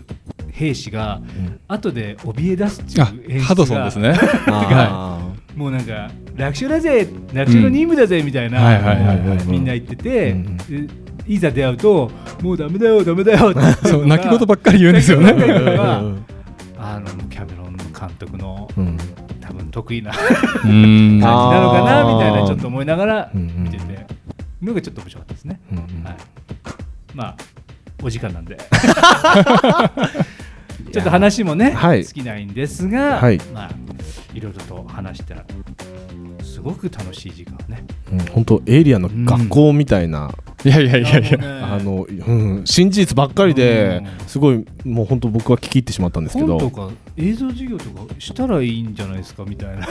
S1: 兵士が後で怯え出すって
S3: あ
S1: いう演出が
S3: ハドソンですね。は
S2: あ
S1: もうなんか楽勝だぜ楽勝の任務だぜみたいな、
S3: はいはいはい
S2: はい
S1: みんな言ってて、
S2: うん
S1: でいざ出会うともうダメだよダメだよって
S3: い。そう泣き言ば
S1: っ
S3: っかり言うんですよ
S1: 泣き言ばっ
S3: ね。
S1: かり言うのが
S2: うんうん
S1: あのキャメロンの監督の
S2: ーうん
S1: 多分得意な
S3: うん。
S2: あ
S1: なのかな
S2: あー
S1: みたいなちょっと思いながら
S2: うんうん
S1: 見てて、のがちょっと面白かったですね。
S2: うんうん
S1: はい、まあお時間なん でちょっと話もね、
S2: はい
S1: 尽きないんですが、
S2: はい
S1: まあいろいろと話したらすごく楽しい時間をね。
S2: うん本当エイリアンの学校みたいな、
S3: いやいやいやいや。
S2: あの、うん、新事実ばっかりで
S1: う
S2: すごいもう本当僕は聞き入ってしまったんですけ
S1: 本と
S2: ど
S1: か映像授業とかしたらいいんじゃないですかみたいな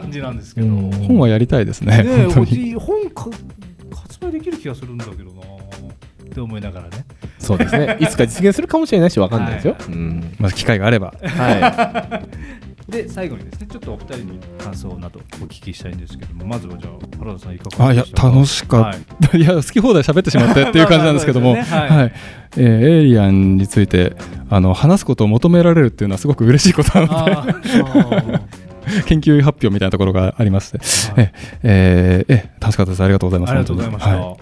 S1: 感じなんですけど、
S2: うん
S1: ね
S3: 本はやりたいですね。
S1: え
S3: 本当
S1: う
S3: に。
S1: ち本か発売できる気がするんだけどなって思いながらね
S2: そうですねいつか実現するかもしれないしわかんないですよ、
S1: は
S2: うん
S3: まあ機会があれば。
S2: は
S1: で最後にですねちょっとお二人に感想などお聞きしたいんですけどもまずはじゃあ原田さんいかが
S3: あい
S1: で
S3: や
S1: したか
S3: 楽しかった、い、や好き放題喋ってしまってっていう感じなんですけども、
S1: まあまあまあ
S3: はいえーエイリアンについてあの話すことを求められるっていうのはすごく嬉しいことなので
S1: あー
S3: 研究発表みたいなところがありまして、ええーえ楽しかったですありがとうございます
S1: ありがとうございました、
S3: は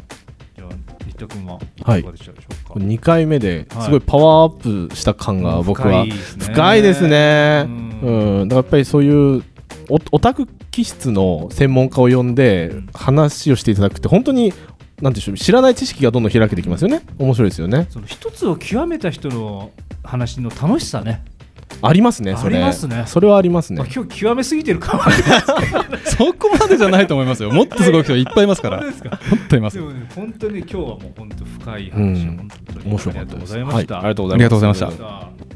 S1: じゃあ伊藤君はい
S2: は
S1: か
S2: い
S1: がでしたでしょうか、
S2: 2回目ですごいパワーアップした感が僕は
S1: 深いですね
S2: 深いですね
S1: う
S2: うんん、だからやっぱりそういうオオタク気質の専門家を呼んで話をしていただくって本当になんていうんでしょう知らない知識がどんどん開けてきますよね面白いですよね
S1: その一つを極めた人の話の楽しさね
S2: ありますねそれ
S1: ありますね
S2: それはありますね
S1: まあ、今日極めすぎてるかも
S3: そこまでじゃないと思いますよ。もっとすごい人いっぱいいますから。
S1: 本当ですか
S3: 本当います
S1: で。もね本当に今日はもう本当深い話、
S2: うん
S1: 本当に
S2: 面白かっ
S1: ありがとう
S2: たで
S1: ご
S2: す
S1: ざいまし
S2: は
S1: た、
S2: い、ありがとうございます
S3: ありがとうございました
S1: さあ